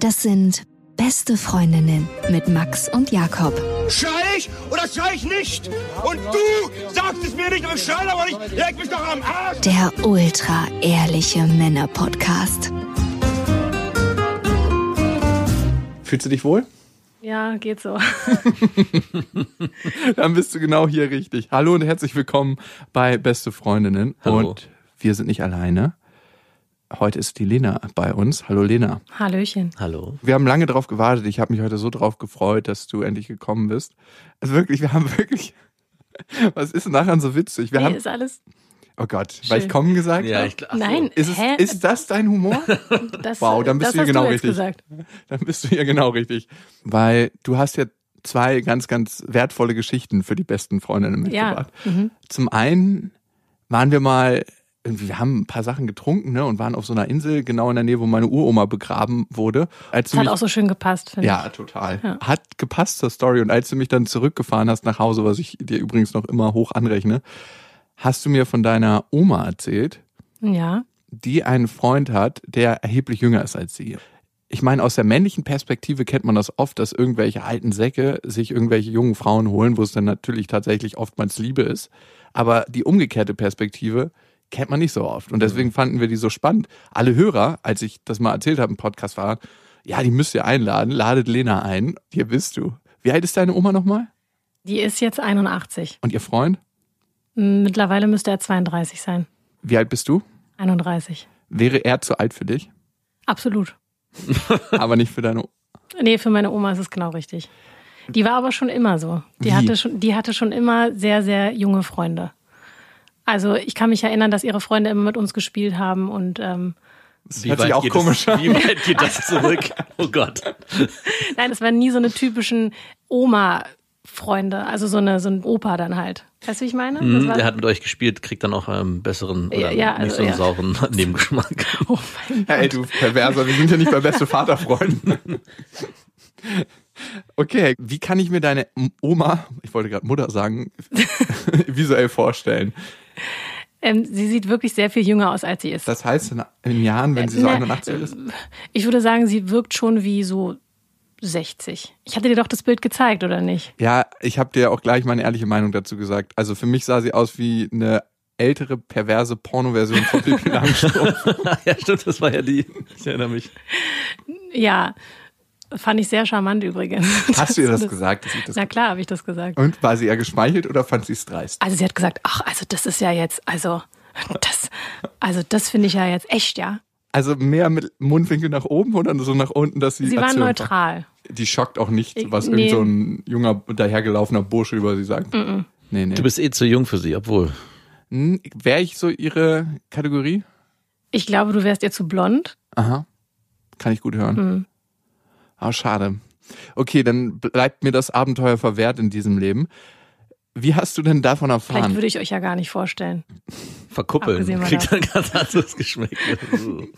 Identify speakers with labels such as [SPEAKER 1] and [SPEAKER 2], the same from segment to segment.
[SPEAKER 1] Das sind Beste Freundinnen mit Max und Jakob.
[SPEAKER 2] Schrei ich oder schrei ich nicht? Und du sagst es mir nicht, aber ich schrei aber nicht. Leg mich doch am Arsch.
[SPEAKER 1] Der ultra ehrliche Männer Podcast.
[SPEAKER 3] Fühlst du dich wohl?
[SPEAKER 4] Ja, geht so.
[SPEAKER 3] Dann bist du genau hier richtig. Hallo und herzlich willkommen bei Beste Freundinnen.
[SPEAKER 5] Hallo.
[SPEAKER 3] Und wir sind nicht alleine. Heute ist die Lena bei uns. Hallo Lena.
[SPEAKER 4] Hallöchen.
[SPEAKER 5] Hallo.
[SPEAKER 3] Wir haben lange drauf gewartet. Ich habe mich heute so drauf gefreut, dass du endlich gekommen bist. Also wirklich, wir haben wirklich. Was ist denn daran so witzig? Wir
[SPEAKER 4] Nee,
[SPEAKER 3] haben.
[SPEAKER 4] ist alles.
[SPEAKER 3] Oh Gott, weil ich
[SPEAKER 4] Schön.
[SPEAKER 3] kommen gesagt habe?
[SPEAKER 5] glaube.
[SPEAKER 4] Nein,
[SPEAKER 3] Ist, es,
[SPEAKER 4] hä?
[SPEAKER 3] ist das dein Humor?
[SPEAKER 4] das,
[SPEAKER 3] Wow, dann bist du hier
[SPEAKER 4] das hast
[SPEAKER 3] genau
[SPEAKER 4] du jetzt
[SPEAKER 3] richtig.
[SPEAKER 4] Gesagt.
[SPEAKER 3] Dann bist du hier genau richtig. Weil du hast ja zwei ganz, ganz wertvolle Geschichten für die besten Freundinnen
[SPEAKER 4] Ja.
[SPEAKER 3] mitgebracht.
[SPEAKER 4] Mhm.
[SPEAKER 3] Zum einen waren wir mal, wir haben ein paar Sachen getrunken ne, und waren auf so einer Insel, genau in der Nähe, wo meine Uroma begraben wurde. Als
[SPEAKER 4] Das hat auch so schön gepasst, finde
[SPEAKER 3] ja, total.
[SPEAKER 4] Ja.
[SPEAKER 3] Hat gepasst zur Story. Und als du mich dann zurückgefahren hast nach Hause, was ich dir übrigens noch immer hoch anrechne, hast du mir von deiner Oma erzählt,
[SPEAKER 4] ich. Ja.
[SPEAKER 3] die einen Freund hat, der erheblich jünger ist als sie. Ich meine, aus der männlichen Perspektive kennt man das oft, dass irgendwelche alten Säcke sich irgendwelche jungen Frauen holen, wo es dann natürlich tatsächlich oftmals Liebe ist. Aber die umgekehrte Perspektive kennt man nicht so oft. Und deswegen fanden wir die so spannend. Alle Hörer, als ich das mal erzählt habe im Podcast, waren, ja, die müsst ihr einladen, ladet Lena ein, hier bist du. Wie alt ist deine Oma nochmal?
[SPEAKER 4] Die ist jetzt 81.
[SPEAKER 3] Und ihr Freund?
[SPEAKER 4] M, Mittlerweile müsste er 32 sein.
[SPEAKER 3] Wie alt bist du?
[SPEAKER 4] 31.
[SPEAKER 3] Wäre er zu alt für dich,
[SPEAKER 4] Absolut.
[SPEAKER 3] aber nicht für deine
[SPEAKER 4] Nee, für meine Oma ist es genau richtig. Die war aber schon immer so.
[SPEAKER 3] Wie?
[SPEAKER 4] Die hatte schon, die hatte schon immer sehr, sehr junge Freunde. Also ich kann mich erinnern, dass ihre Freunde immer mit uns gespielt haben und ähm,
[SPEAKER 5] Wie
[SPEAKER 3] hört sich
[SPEAKER 5] weit
[SPEAKER 3] auch
[SPEAKER 5] geht
[SPEAKER 3] komisch
[SPEAKER 5] das,
[SPEAKER 3] an.
[SPEAKER 5] Wie weit geht das zurück? Oh Gott.
[SPEAKER 4] nein, es waren nie so eine typischen Oma-Freunde, also so eine so ein Opa dann halt. Weißt du, wie ich meine? Das
[SPEAKER 3] Mhm,
[SPEAKER 5] Hm,
[SPEAKER 4] war-
[SPEAKER 5] der hat mit euch gespielt, kriegt dann auch einen besseren oder
[SPEAKER 4] Ja, ja,
[SPEAKER 5] nicht
[SPEAKER 4] also,
[SPEAKER 5] so einen
[SPEAKER 4] ja.
[SPEAKER 5] sauren Nebengeschmack.
[SPEAKER 4] Oh mein
[SPEAKER 3] Ja, Ey, du Perverser, wir sind ja nicht bei beste Vaterfreunden. Okay, wie kann ich mir deine Oma, ich wollte gerade Mutter sagen, visuell vorstellen?
[SPEAKER 4] Ähm, sie sieht wirklich sehr viel jünger aus, als sie ist.
[SPEAKER 3] Das heißt, in, in Jahren, wenn sie so
[SPEAKER 4] Na,
[SPEAKER 3] 81 ist,
[SPEAKER 4] Ich würde sagen, sie wirkt schon wie so 60. Ich hatte dir doch das Bild gezeigt, oder nicht?
[SPEAKER 3] Ja, ich habe dir auch gleich meine ehrliche Meinung dazu gesagt. Also für mich sah sie aus wie eine ältere, perverse Pornoversion von Pippi Langstrumpf.
[SPEAKER 5] ja, stimmt, das war ja die. Ich erinnere mich.
[SPEAKER 4] Ja, fand ich sehr charmant übrigens.
[SPEAKER 3] Hast du ihr
[SPEAKER 4] Dass
[SPEAKER 3] das gesagt? dass ich das-
[SPEAKER 4] Na klar, habe ich das gesagt.
[SPEAKER 3] Und war sie eher geschmeichelt oder fand sie es dreist?
[SPEAKER 4] Also sie hat gesagt, ach, also das ist ja jetzt, also das, also das finde ich ja jetzt echt, ja.
[SPEAKER 3] Also mehr mit Mundwinkel nach oben oder so nach unten, dass sie
[SPEAKER 4] Sie war
[SPEAKER 3] Aktion braucht?
[SPEAKER 4] neutral.
[SPEAKER 3] die schockt auch nicht,
[SPEAKER 4] Ich-
[SPEAKER 3] was
[SPEAKER 4] nee.
[SPEAKER 3] irgend so ein junger, dahergelaufener Bursche über sie sagt. Nee, nee.
[SPEAKER 5] Du bist eh zu jung für sie, obwohl.
[SPEAKER 3] Hm, Wäre ich so ihre Kategorie?
[SPEAKER 4] Ich glaube, du wärst ihr zu blond.
[SPEAKER 3] Aha. Kann ich gut hören.
[SPEAKER 4] Mm.
[SPEAKER 3] Ah, schade. Okay, dann bleibt mir das Abenteuer verwehrt in diesem Leben. Wie hast du denn davon
[SPEAKER 4] Vielleicht
[SPEAKER 3] erfahren?
[SPEAKER 4] würde ich euch ja gar nicht vorstellen.
[SPEAKER 5] Verkuppeln.
[SPEAKER 4] Abgesehen mal
[SPEAKER 5] Kriegt
[SPEAKER 4] davon.
[SPEAKER 5] dann ganz anderes Geschmack.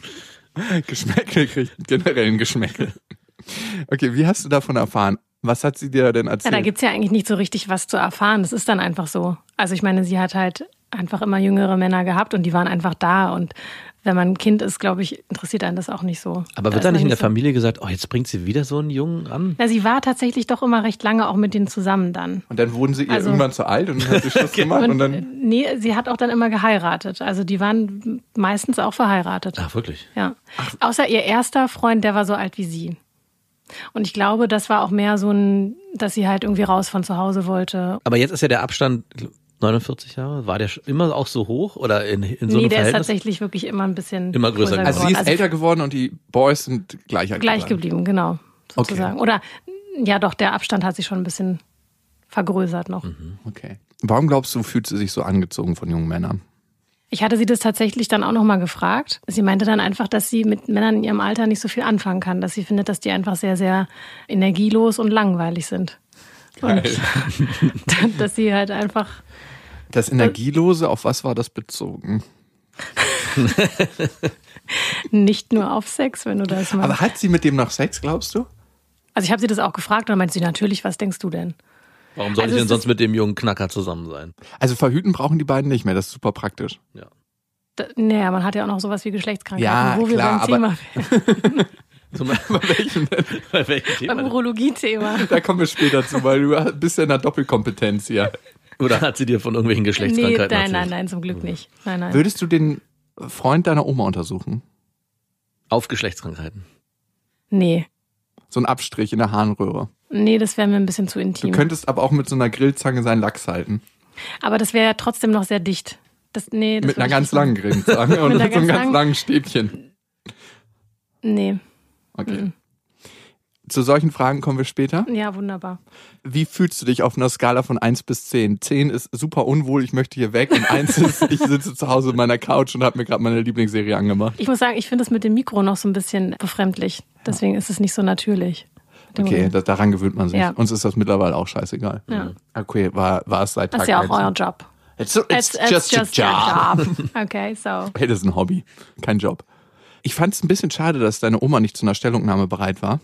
[SPEAKER 3] Geschmäckel kriegt generell ein Geschmäckel. Okay, wie hast du davon erfahren? Was hat sie dir denn
[SPEAKER 4] Ja,
[SPEAKER 3] erzählt?
[SPEAKER 4] da gibt's ja eigentlich nicht so richtig was zu erfahren. Das ist dann einfach so. Also ich meine, sie hat halt einfach immer jüngere Männer gehabt und die waren einfach da. Und wenn man ein Kind ist, glaube ich, interessiert einen das auch nicht so.
[SPEAKER 5] Aber wird
[SPEAKER 4] da
[SPEAKER 5] da
[SPEAKER 4] ist
[SPEAKER 5] nicht
[SPEAKER 4] man
[SPEAKER 5] in der
[SPEAKER 4] so-
[SPEAKER 5] Familie gesagt, oh, jetzt bringt sie wieder so einen Jungen an?
[SPEAKER 4] Na, sie war tatsächlich doch immer recht lange auch mit denen zusammen dann.
[SPEAKER 3] und dann wurden sie ihr
[SPEAKER 4] Also-
[SPEAKER 3] irgendwann zu alt und dann hat sie Schluss gemacht und,
[SPEAKER 4] Und, äh,
[SPEAKER 3] dann.
[SPEAKER 4] nee, sie hat auch dann immer geheiratet. Also die waren meistens auch verheiratet.
[SPEAKER 5] Ach, wirklich?
[SPEAKER 4] Ja. Außer ihr erster Freund, der war so alt wie sie. Und ich glaube, das war auch mehr so ein, dass sie halt irgendwie raus von zu Hause wollte.
[SPEAKER 5] Aber jetzt ist ja der Abstand 49 Jahre. War der schon immer auch so hoch oder in, in so
[SPEAKER 4] nee, der
[SPEAKER 5] einem
[SPEAKER 4] ist
[SPEAKER 5] Verhältnis?
[SPEAKER 4] tatsächlich wirklich immer ein bisschen
[SPEAKER 5] Immer größer geworden.
[SPEAKER 3] Also sie ist
[SPEAKER 4] geworden.
[SPEAKER 3] älter geworden und die Boys sind gleich alt
[SPEAKER 4] gleich
[SPEAKER 3] geworden.
[SPEAKER 4] geblieben, genau. Sozusagen. Oder ja, doch, der Abstand hat sich schon ein bisschen vergrößert noch.
[SPEAKER 5] Mhm.
[SPEAKER 3] Okay. Warum glaubst du, fühlt sie sich so angezogen von jungen Männern?
[SPEAKER 4] Ich hatte sie das tatsächlich dann auch nochmal gefragt. Sie meinte dann einfach, dass sie mit Männern in ihrem Alter nicht so viel anfangen kann, dass sie findet, dass die einfach sehr, sehr energielos und langweilig sind. Und dass sie halt einfach,
[SPEAKER 3] Das
[SPEAKER 4] Äh.
[SPEAKER 3] Energielose, auf was war das bezogen?
[SPEAKER 4] nicht nur auf Sex, wenn du das meinst.
[SPEAKER 3] Aber hat sie mit dem noch Sex, glaubst du?
[SPEAKER 4] also ich habe sie das auch gefragt und dann meinte sie, natürlich, was denkst du denn?
[SPEAKER 5] Warum soll
[SPEAKER 4] Also
[SPEAKER 5] ich
[SPEAKER 4] es
[SPEAKER 5] denn sonst
[SPEAKER 4] ist-
[SPEAKER 5] mit dem jungen Knacker zusammen sein?
[SPEAKER 3] Also verhüten brauchen die beiden nicht mehr, das ist super praktisch.
[SPEAKER 5] Ja.
[SPEAKER 4] Da, naja, man hat ja auch noch sowas wie Geschlechtskrankheiten,
[SPEAKER 3] Ja,
[SPEAKER 4] wo wir
[SPEAKER 3] klar,
[SPEAKER 4] beim Thema,
[SPEAKER 3] aber-
[SPEAKER 5] Zum Beispiel bei welchem, bei welchem
[SPEAKER 4] beim
[SPEAKER 5] Thema?
[SPEAKER 4] Urologie-Thema.
[SPEAKER 3] Da kommen wir später zu, weil du bist ja in der Doppelkompetenz hier.
[SPEAKER 5] Oder hat sie dir von irgendwelchen
[SPEAKER 4] Nee,
[SPEAKER 5] Geschlechtskrankheiten Hm.
[SPEAKER 4] nein, nein,
[SPEAKER 5] erzählt?
[SPEAKER 4] nein, zum Glück nicht. Nein, nein.
[SPEAKER 3] Würdest du den Freund deiner Oma untersuchen?
[SPEAKER 5] Auf Geschlechtskrankheiten.
[SPEAKER 4] Nee.
[SPEAKER 3] So ein Abstrich in der Harnröhre.
[SPEAKER 4] Nee, das wäre mir ein bisschen zu
[SPEAKER 3] Du
[SPEAKER 4] intim.
[SPEAKER 3] könntest aber auch mit so einer Grillzange seinen Lachs halten.
[SPEAKER 4] Aber das wäre ja trotzdem noch sehr dicht. Das, nee, das
[SPEAKER 3] mit einer
[SPEAKER 4] würd ich
[SPEAKER 3] ganz
[SPEAKER 4] nicht machen.
[SPEAKER 3] langen Grillzange und
[SPEAKER 4] Mit
[SPEAKER 3] mit
[SPEAKER 4] einer
[SPEAKER 3] so einem ganz
[SPEAKER 4] ganz langen-
[SPEAKER 3] langen Stäbchen.
[SPEAKER 4] Nee.
[SPEAKER 3] Okay.
[SPEAKER 4] Mhm.
[SPEAKER 3] Zu solchen Fragen kommen wir später.
[SPEAKER 4] Ja, wunderbar.
[SPEAKER 3] Wie fühlst du dich auf einer Skala von 1 bis 10? 10 ist super unwohl, ich möchte hier weg. Und 1 ist, ich sitze zu Hause in meiner Couch und habe mir gerade meine Lieblingsserie angemacht.
[SPEAKER 4] Ich muss sagen, ich finde das mit dem Mikro noch so ein bisschen befremdlich. Deswegen ist es nicht so natürlich. Mit dem
[SPEAKER 3] Okay,
[SPEAKER 4] Reden.
[SPEAKER 3] da, daran gewöhnt man sich.
[SPEAKER 4] Ja.
[SPEAKER 3] Uns ist das mittlerweile auch scheißegal.
[SPEAKER 4] Ja.
[SPEAKER 3] Okay, war, war es seit Tag
[SPEAKER 4] Das ist ja auch
[SPEAKER 3] 1.
[SPEAKER 4] euer Job.
[SPEAKER 3] It's, it's, just, a job.
[SPEAKER 4] job. Okay, so.
[SPEAKER 3] Hey, das ist ein Hobby, kein Job. Ich fand es ein bisschen schade, dass deine Oma nicht zu einer Stellungnahme bereit war.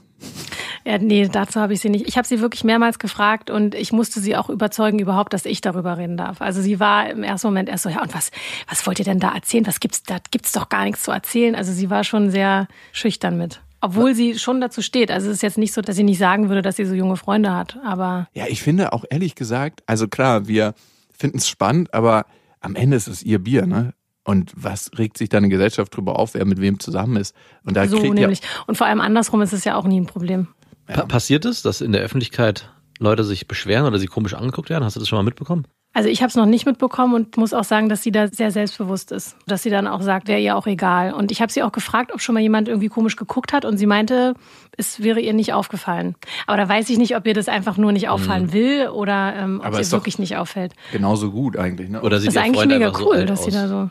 [SPEAKER 4] Ja, nee, dazu habe ich sie nicht. Ich habe sie wirklich mehrmals gefragt und ich musste sie auch überzeugen überhaupt, dass ich darüber reden darf. Also sie war im ersten Moment erst so, ja, und was, was wollt ihr denn da erzählen? Was gibt's, da gibt's doch gar nichts zu erzählen. Also sie war schon sehr schüchtern mit. Obwohl sie schon dazu steht. Also es ist jetzt nicht so, dass sie nicht sagen würde, dass sie so junge Freunde hat. Aber
[SPEAKER 3] Ja, ich finde auch ehrlich gesagt, also klar, wir finden es spannend, aber am Ende ist es ihr Bier, ne? Und was regt sich da eine Gesellschaft drüber auf, wer mit wem zusammen ist? Und da
[SPEAKER 4] so
[SPEAKER 3] kriegt ja,
[SPEAKER 4] nämlich. Und vor allem andersrum ist es ja auch nie ein Problem.
[SPEAKER 5] Pa passiert es, dass in der Öffentlichkeit Leute sich beschweren oder sie komisch angeguckt werden? Hast du das schon mal mitbekommen?
[SPEAKER 4] Also ich habe es noch nicht mitbekommen und muss auch sagen, dass sie da sehr selbstbewusst ist. Dass sie dann auch sagt, wäre ihr auch egal. Und ich habe sie auch gefragt, ob schon mal jemand irgendwie komisch geguckt hat und sie meinte, es wäre ihr nicht aufgefallen. Aber da weiß ich nicht, ob ihr das einfach nur nicht auffallen
[SPEAKER 5] Mhm.
[SPEAKER 4] will oder ähm, ob
[SPEAKER 3] Aber
[SPEAKER 4] es ihr
[SPEAKER 3] ist doch-
[SPEAKER 4] wirklich nicht auffällt.
[SPEAKER 3] genauso gut eigentlich, ne?
[SPEAKER 5] Oder
[SPEAKER 4] Das
[SPEAKER 5] sieht
[SPEAKER 4] ist
[SPEAKER 5] ihr
[SPEAKER 4] eigentlich
[SPEAKER 5] Freund
[SPEAKER 4] mega
[SPEAKER 5] einfach so
[SPEAKER 4] cool,
[SPEAKER 5] alt
[SPEAKER 4] dass sie
[SPEAKER 5] aus?
[SPEAKER 4] da so...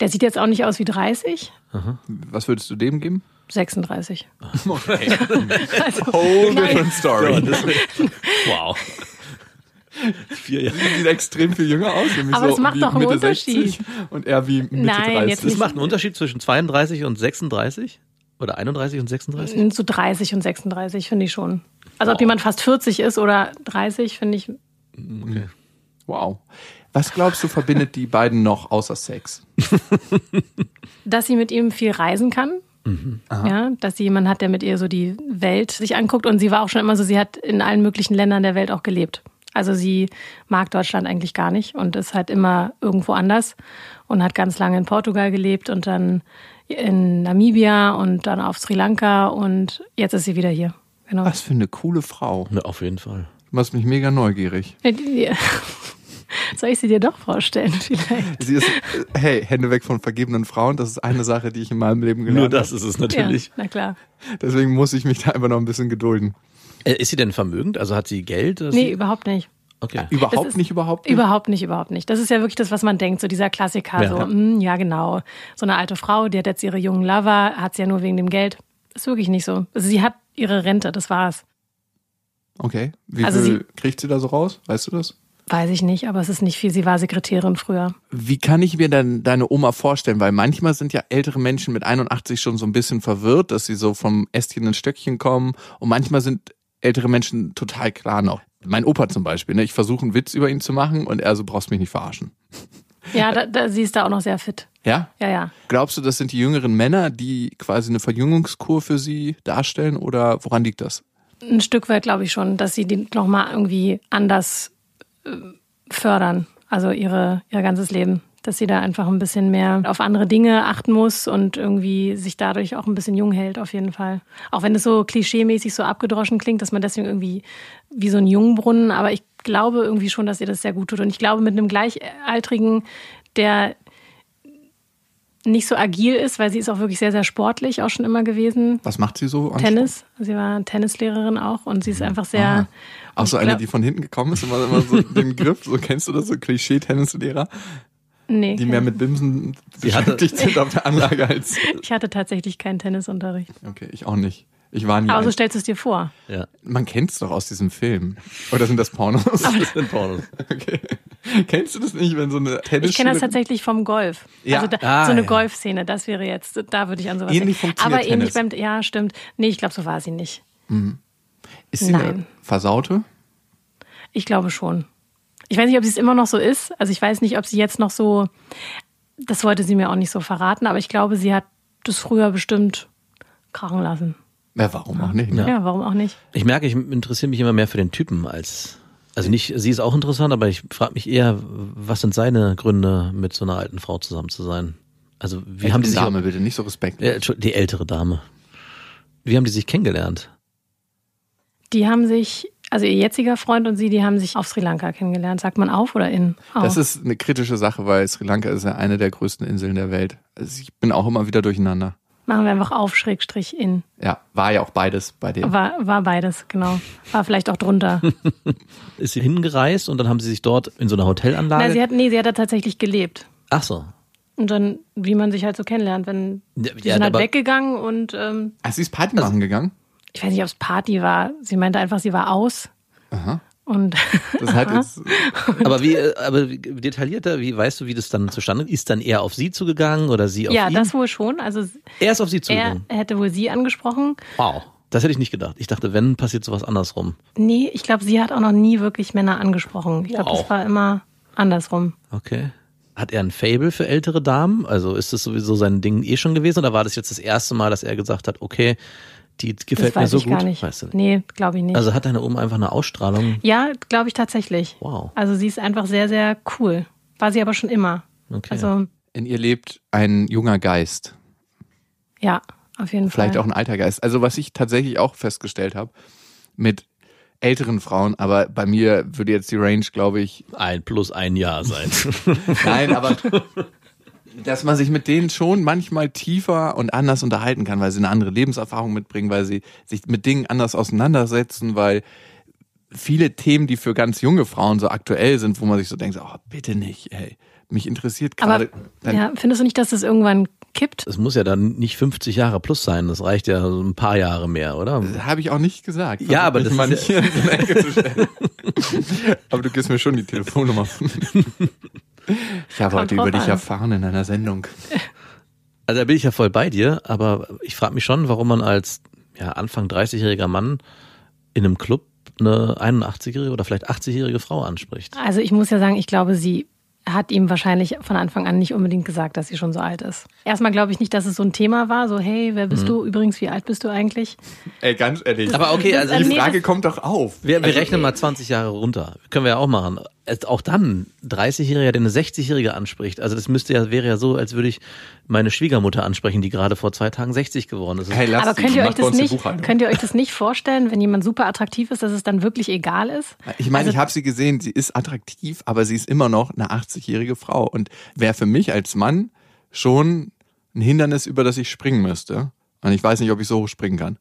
[SPEAKER 4] Der sieht jetzt auch nicht aus wie 30,
[SPEAKER 3] was würdest du dem geben?
[SPEAKER 4] 36.
[SPEAKER 3] Whole
[SPEAKER 4] Nein.
[SPEAKER 3] different story. Das
[SPEAKER 5] Wow. Vier Jahre.
[SPEAKER 3] sieht extrem viel jünger aus, nämlich
[SPEAKER 4] Aber
[SPEAKER 3] so
[SPEAKER 4] es macht
[SPEAKER 3] wie
[SPEAKER 4] doch einen
[SPEAKER 3] Mitte
[SPEAKER 4] Unterschied.
[SPEAKER 3] 60 und er wie Mitte
[SPEAKER 4] Nein,
[SPEAKER 3] 30.
[SPEAKER 4] jetzt
[SPEAKER 5] Das macht einen Unterschied zwischen 32 und 36? Oder 31 und 36?
[SPEAKER 4] Zu 30 und 36 finde ich schon. Also ob jemand fast 40 ist oder 30, finde ich
[SPEAKER 3] Wow. Was glaubst du, verbindet die beiden noch außer Sex?
[SPEAKER 4] dass sie mit ihm viel reisen kann.
[SPEAKER 5] Mhm,
[SPEAKER 4] Ja, dass sie jemanden hat, der mit ihr so die Welt sich anguckt. Und sie war auch schon immer so, sie hat in allen möglichen Ländern der Welt auch gelebt. Also sie mag Deutschland eigentlich gar nicht und ist halt immer irgendwo anders und hat ganz lange in Portugal gelebt und dann in Namibia und dann auf Sri Lanka und jetzt ist sie wieder hier. Genau.
[SPEAKER 3] Was für eine coole Frau.
[SPEAKER 5] Na, auf jeden Fall.
[SPEAKER 3] Du machst mich mega neugierig.
[SPEAKER 4] Äh, Soll ich sie dir doch vorstellen vielleicht?
[SPEAKER 3] Sie ist, äh, hey, Hände weg von vergebenen Frauen, das ist eine Sache, die ich in meinem Leben
[SPEAKER 5] Nur
[SPEAKER 3] gelernt
[SPEAKER 5] das ist es natürlich.
[SPEAKER 4] Ja, na klar.
[SPEAKER 3] habe. Deswegen muss ich mich da einfach noch ein bisschen gedulden.
[SPEAKER 5] Äh, Ist sie denn vermögend? Also hat sie Geld? dass
[SPEAKER 4] Nee,
[SPEAKER 5] sie,
[SPEAKER 4] überhaupt nicht.
[SPEAKER 5] okay.
[SPEAKER 4] Das
[SPEAKER 3] Überhaupt
[SPEAKER 4] ist-
[SPEAKER 3] nicht, überhaupt nicht.
[SPEAKER 4] Überhaupt nicht, überhaupt nicht. Das ist ja wirklich das, was man denkt, so dieser Klassiker,
[SPEAKER 5] Hm. Ja.
[SPEAKER 4] so, hm, ja genau, so eine alte Frau, die hat jetzt ihre jungen Lover, hat sie ja nur wegen dem Geld. Ist wirklich nicht so. Also sie hat ihre Rente, das war's.
[SPEAKER 3] Okay. Wie
[SPEAKER 4] Also
[SPEAKER 3] viel kriegt sie da so raus? Weißt du das?
[SPEAKER 4] Weiß ich nicht, aber es ist nicht viel. Sie war Sekretärin früher.
[SPEAKER 3] Wie kann ich mir denn deine Oma vorstellen? Weil manchmal sind ja ältere Menschen mit 81 schon so ein bisschen verwirrt, dass sie so vom Ästchen ins Stöckchen kommen. Und manchmal sind ältere Menschen total klar noch. Mein Opa zum Beispiel, ne? ich versuche einen Witz über ihn zu machen und er so, brauchst mich nicht verarschen.
[SPEAKER 4] Ja, da, da, sie ist da auch noch sehr fit.
[SPEAKER 3] Ja?
[SPEAKER 4] Ja, ja.
[SPEAKER 3] Glaubst du, das sind die jüngeren Männer, die quasi eine Verjüngungskur für sie darstellen oder woran liegt das?
[SPEAKER 4] Ein Stück weit glaube ich schon, dass sie die nochmal irgendwie anders äh, fördern. Also ihre, ihr ganzes Leben. Dass sie da einfach ein bisschen mehr auf andere Dinge achten muss und irgendwie sich dadurch auch ein bisschen jung hält, auf jeden Fall. Auch wenn es so klischeemäßig so abgedroschen klingt, dass man deswegen irgendwie wie so ein Jungbrunnen, aber ich glaube irgendwie schon, dass ihr das sehr gut tut. Und ich glaube, mit einem Gleichaltrigen, der nicht so agil ist, weil sie ist auch wirklich sehr, sehr sportlich auch schon immer gewesen,
[SPEAKER 3] Was macht sie so? am
[SPEAKER 4] Tennis. Also Sie war Tennislehrerin auch und sie ist einfach
[SPEAKER 3] Sport? Aha.
[SPEAKER 4] sehr.
[SPEAKER 3] Auch so
[SPEAKER 4] Ich
[SPEAKER 3] eine,
[SPEAKER 4] glaub-
[SPEAKER 3] die von hinten gekommen ist, immer, immer so den Griff, so kennst du das, so Klischee-Tennislehrer,
[SPEAKER 4] Nee,
[SPEAKER 3] die mehr mit Bimsen
[SPEAKER 5] hatte-
[SPEAKER 3] beschäftigt sind auf der Anlage als...
[SPEAKER 4] ich hatte tatsächlich keinen Tennisunterricht.
[SPEAKER 3] Okay, ich auch nicht. Ich war nie
[SPEAKER 4] Aber so
[SPEAKER 3] ein.
[SPEAKER 4] stellst du es dir vor.
[SPEAKER 5] Ja.
[SPEAKER 3] Man kennt's doch aus diesem Film. Oder sind das Pornos?
[SPEAKER 5] Das sind Pornos.
[SPEAKER 3] Okay. Kennst du das nicht, wenn so eine Tennis
[SPEAKER 4] Ich kenne das tatsächlich vom Golf.
[SPEAKER 3] Ja.
[SPEAKER 4] Also da,
[SPEAKER 5] Ah,
[SPEAKER 4] so eine
[SPEAKER 5] ja.
[SPEAKER 4] Golfszene, das wäre jetzt, da würde ich an sowas
[SPEAKER 3] Ähnlich
[SPEAKER 4] denken.
[SPEAKER 3] funktioniert
[SPEAKER 4] Aber ähnlich
[SPEAKER 3] Tennis.
[SPEAKER 4] beim, ja, stimmt. Nee, ich glaube, so war sie nicht.
[SPEAKER 3] Ist sie eine
[SPEAKER 4] Nein.
[SPEAKER 3] Versaute?
[SPEAKER 4] Ich glaube schon. Ich weiß nicht, ob sie es immer noch so ist. Also ich weiß nicht, ob sie jetzt noch so, das wollte sie mir auch nicht so verraten, aber ich glaube, sie hat das früher bestimmt krachen lassen.
[SPEAKER 3] Ja, warum auch nicht?
[SPEAKER 4] Ja,
[SPEAKER 3] Ne?
[SPEAKER 4] warum auch nicht?
[SPEAKER 5] Ich merke, ich interessiere mich immer mehr für den Typen als. Also nicht, sie ist auch interessant, aber ich frage mich eher, was sind seine Gründe, mit so einer alten Frau zusammen zu sein? Also, wie haben die sich.
[SPEAKER 3] Dame bitte, nicht so Respekt.
[SPEAKER 5] Äh, Entschuldigung, die ältere Dame. Wie haben die sich kennengelernt?
[SPEAKER 4] Die haben sich, also ihr jetziger Freund und sie, die haben sich auf Sri Lanka kennengelernt. Sagt man auf oder in? Auf.
[SPEAKER 3] Das ist eine kritische Sache, weil Sri Lanka ist ja eine der größten Inseln der Welt. Also ich bin auch immer wieder durcheinander.
[SPEAKER 4] Machen wir einfach auf, Schrägstrich in.
[SPEAKER 3] Ja, war ja auch beides bei dem.
[SPEAKER 4] War, war beides, genau. War vielleicht auch drunter.
[SPEAKER 5] Ist sie hingereist und dann haben sie sich dort in so einer Hotelanlage.
[SPEAKER 4] Na, sie hat, nee, sie hat da tatsächlich gelebt.
[SPEAKER 5] Ach so.
[SPEAKER 4] Und dann, wie man sich halt so kennenlernt, wenn
[SPEAKER 5] Ja,
[SPEAKER 4] die
[SPEAKER 5] ja,
[SPEAKER 4] sind halt
[SPEAKER 5] aber-
[SPEAKER 4] weggegangen und ähm,
[SPEAKER 3] Ah, sie ist Party machen gegangen.
[SPEAKER 4] ich weiß nicht, ob es Party war. Sie meinte einfach, sie war aus. Und
[SPEAKER 3] Das hat jetzt,
[SPEAKER 5] Aber wie, äh, aber wie- detaillierter, wie weißt du, wie das dann zustande ist? Dann eher auf sie zugegangen oder sie auf
[SPEAKER 4] ja,
[SPEAKER 5] ihn?
[SPEAKER 4] das wohl schon. Also
[SPEAKER 5] er ist auf sie
[SPEAKER 4] er
[SPEAKER 5] zugegangen.
[SPEAKER 4] hätte wohl sie angesprochen.
[SPEAKER 5] Wow. Das hätte ich nicht gedacht. Ich dachte, wenn, passiert sowas andersrum.
[SPEAKER 4] Nee, ich glaube, sie hat auch noch nie wirklich Männer angesprochen. Ich glaube,
[SPEAKER 5] Wow.
[SPEAKER 4] das war immer andersrum.
[SPEAKER 5] Okay. Hat er ein Fable für ältere Damen? Also ist das sowieso sein Ding eh schon gewesen oder war das jetzt das erste Mal, dass er gesagt hat, okay, die
[SPEAKER 4] Das
[SPEAKER 5] gefällt mir
[SPEAKER 4] weiß
[SPEAKER 5] so
[SPEAKER 4] ich
[SPEAKER 5] gut?
[SPEAKER 4] gar nicht.
[SPEAKER 5] Weißt du nicht.
[SPEAKER 4] Nee, glaube ich nicht.
[SPEAKER 5] Also hat deine Oma einfach eine Ausstrahlung?
[SPEAKER 4] ja, glaube ich tatsächlich.
[SPEAKER 5] Wow.
[SPEAKER 4] Also sie ist einfach sehr, sehr cool. War sie aber schon immer.
[SPEAKER 5] Okay.
[SPEAKER 4] Also
[SPEAKER 3] in ihr lebt ein junger Geist.
[SPEAKER 4] ja, auf jeden
[SPEAKER 3] Vielleicht
[SPEAKER 4] Fall.
[SPEAKER 3] auch ein alter Geist. Also was ich tatsächlich auch festgestellt habe mit älteren Frauen, aber bei mir würde jetzt die Range, glaube ich,
[SPEAKER 5] Ein plus ein Jahr sein.
[SPEAKER 3] nein, aber dass man sich mit denen schon manchmal tiefer und anders unterhalten kann, weil sie eine andere Lebenserfahrung mitbringen, weil sie sich mit Dingen anders auseinandersetzen, weil viele Themen, die für ganz junge Frauen so aktuell sind, wo man sich so denkt, oh, bitte nicht, ey, mich interessiert
[SPEAKER 4] aber
[SPEAKER 3] gerade dein
[SPEAKER 4] ja, findest du nicht, dass das irgendwann kippt?
[SPEAKER 5] Es muss ja dann nicht 50 Jahre plus sein. Das reicht ja so ein paar Jahre mehr, oder?
[SPEAKER 3] Habe ich auch nicht gesagt.
[SPEAKER 5] Ja, aber
[SPEAKER 3] Versuch
[SPEAKER 5] das
[SPEAKER 3] mich
[SPEAKER 5] ist
[SPEAKER 3] mal nicht hier in die Ecke zu stellen. aber du gibst mir schon die Telefonnummer. Ich habe heute
[SPEAKER 4] drauf
[SPEAKER 3] über dich
[SPEAKER 4] an.
[SPEAKER 3] erfahren in einer Sendung.
[SPEAKER 5] Also da bin ich ja voll bei dir, aber ich frage mich schon, warum man als ja, Anfang 30-jähriger Mann in einem Club eine 81-jährige oder vielleicht 80-jährige Frau anspricht.
[SPEAKER 4] Also ich muss ja sagen, ich glaube, sie hat ihm wahrscheinlich von Anfang an nicht unbedingt gesagt, dass sie schon so alt ist. Erstmal glaube ich nicht, dass es so ein Thema war, so hey, wer bist
[SPEAKER 5] Mhm.
[SPEAKER 4] du? Übrigens, wie alt bist du eigentlich?
[SPEAKER 3] Ey, ganz ehrlich.
[SPEAKER 5] Aber okay, also
[SPEAKER 4] Das-
[SPEAKER 3] die
[SPEAKER 4] nee,
[SPEAKER 3] Frage
[SPEAKER 4] das-
[SPEAKER 3] kommt doch auf.
[SPEAKER 5] wir, wir rechnen mal 20 Jahre runter. Können wir ja auch machen. Also Auch dann, 30-Jähriger, der eine 60-Jährige anspricht. Also das müsste ja, wäre ja so, als würde ich meine Schwiegermutter ansprechen, die gerade vor zwei Tagen 60 geworden ist.
[SPEAKER 3] Hey, lass
[SPEAKER 4] Aber
[SPEAKER 3] die,
[SPEAKER 4] könnt
[SPEAKER 3] die
[SPEAKER 4] ihr, euch
[SPEAKER 3] macht bei
[SPEAKER 4] das
[SPEAKER 3] uns die
[SPEAKER 4] nicht,
[SPEAKER 3] Buchhaltung.
[SPEAKER 4] könnt ihr euch das nicht vorstellen, wenn jemand super attraktiv ist, dass es dann wirklich egal ist?
[SPEAKER 3] Ich meine, ich habe sie gesehen, sie ist attraktiv, aber sie ist immer noch eine 80-jährige Frau und wäre für mich als Mann schon ein Hindernis, über das ich springen müsste. Und ich weiß nicht, ob ich so hoch springen kann.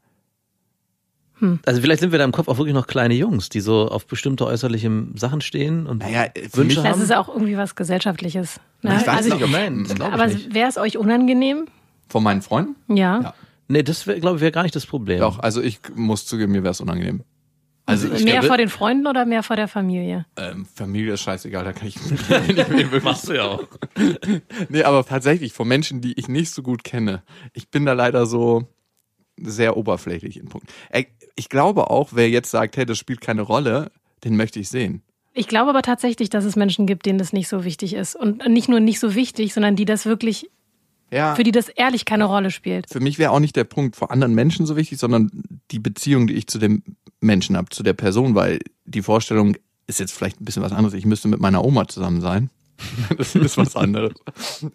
[SPEAKER 5] Also vielleicht sind wir da im Kopf auch wirklich noch kleine Jungs, die so auf bestimmte äußerliche Sachen stehen und
[SPEAKER 3] Naja, für
[SPEAKER 5] Wünsche
[SPEAKER 3] mich-
[SPEAKER 5] haben.
[SPEAKER 4] Das ist auch irgendwie was Gesellschaftliches. Ne?
[SPEAKER 3] Ähm, Ich weiß
[SPEAKER 4] also
[SPEAKER 3] nicht, ob-
[SPEAKER 5] Nein, das glaube
[SPEAKER 4] aber
[SPEAKER 5] ich nicht.
[SPEAKER 4] wäre es euch unangenehm?
[SPEAKER 3] Von meinen Freunden?
[SPEAKER 4] Ja.
[SPEAKER 3] Ja.
[SPEAKER 5] Nee, das glaube ich wäre gar nicht das Problem.
[SPEAKER 3] Doch, also ich muss zugeben, mir wäre es unangenehm. Also ich
[SPEAKER 4] mehr
[SPEAKER 5] glaube-
[SPEAKER 4] vor den Freunden oder mehr vor der Familie?
[SPEAKER 3] Ähm, Familie ist scheißegal, da kann ich nicht mehr wirklich.
[SPEAKER 5] Machst du ja auch.
[SPEAKER 3] Nee, aber tatsächlich, von Menschen, die ich nicht so gut kenne, ich bin da leider so sehr oberflächlich in Punkten. Ey, Ich glaube auch, wer jetzt sagt, hey, das spielt keine Rolle, den möchte ich sehen.
[SPEAKER 4] Ich glaube aber tatsächlich, dass es Menschen gibt, denen das nicht so wichtig ist. Und nicht nur nicht so wichtig, sondern die das wirklich,
[SPEAKER 5] Ah.
[SPEAKER 3] Ja.
[SPEAKER 4] für die das ehrlich keine Rolle spielt.
[SPEAKER 3] Für mich wäre auch nicht der Punkt vor anderen Menschen so wichtig, sondern die Beziehung, die ich zu dem Menschen habe, zu der Person, weil die Vorstellung ist jetzt vielleicht ein bisschen was anderes. Ich müsste mit meiner Oma zusammen sein. Das ist was anderes.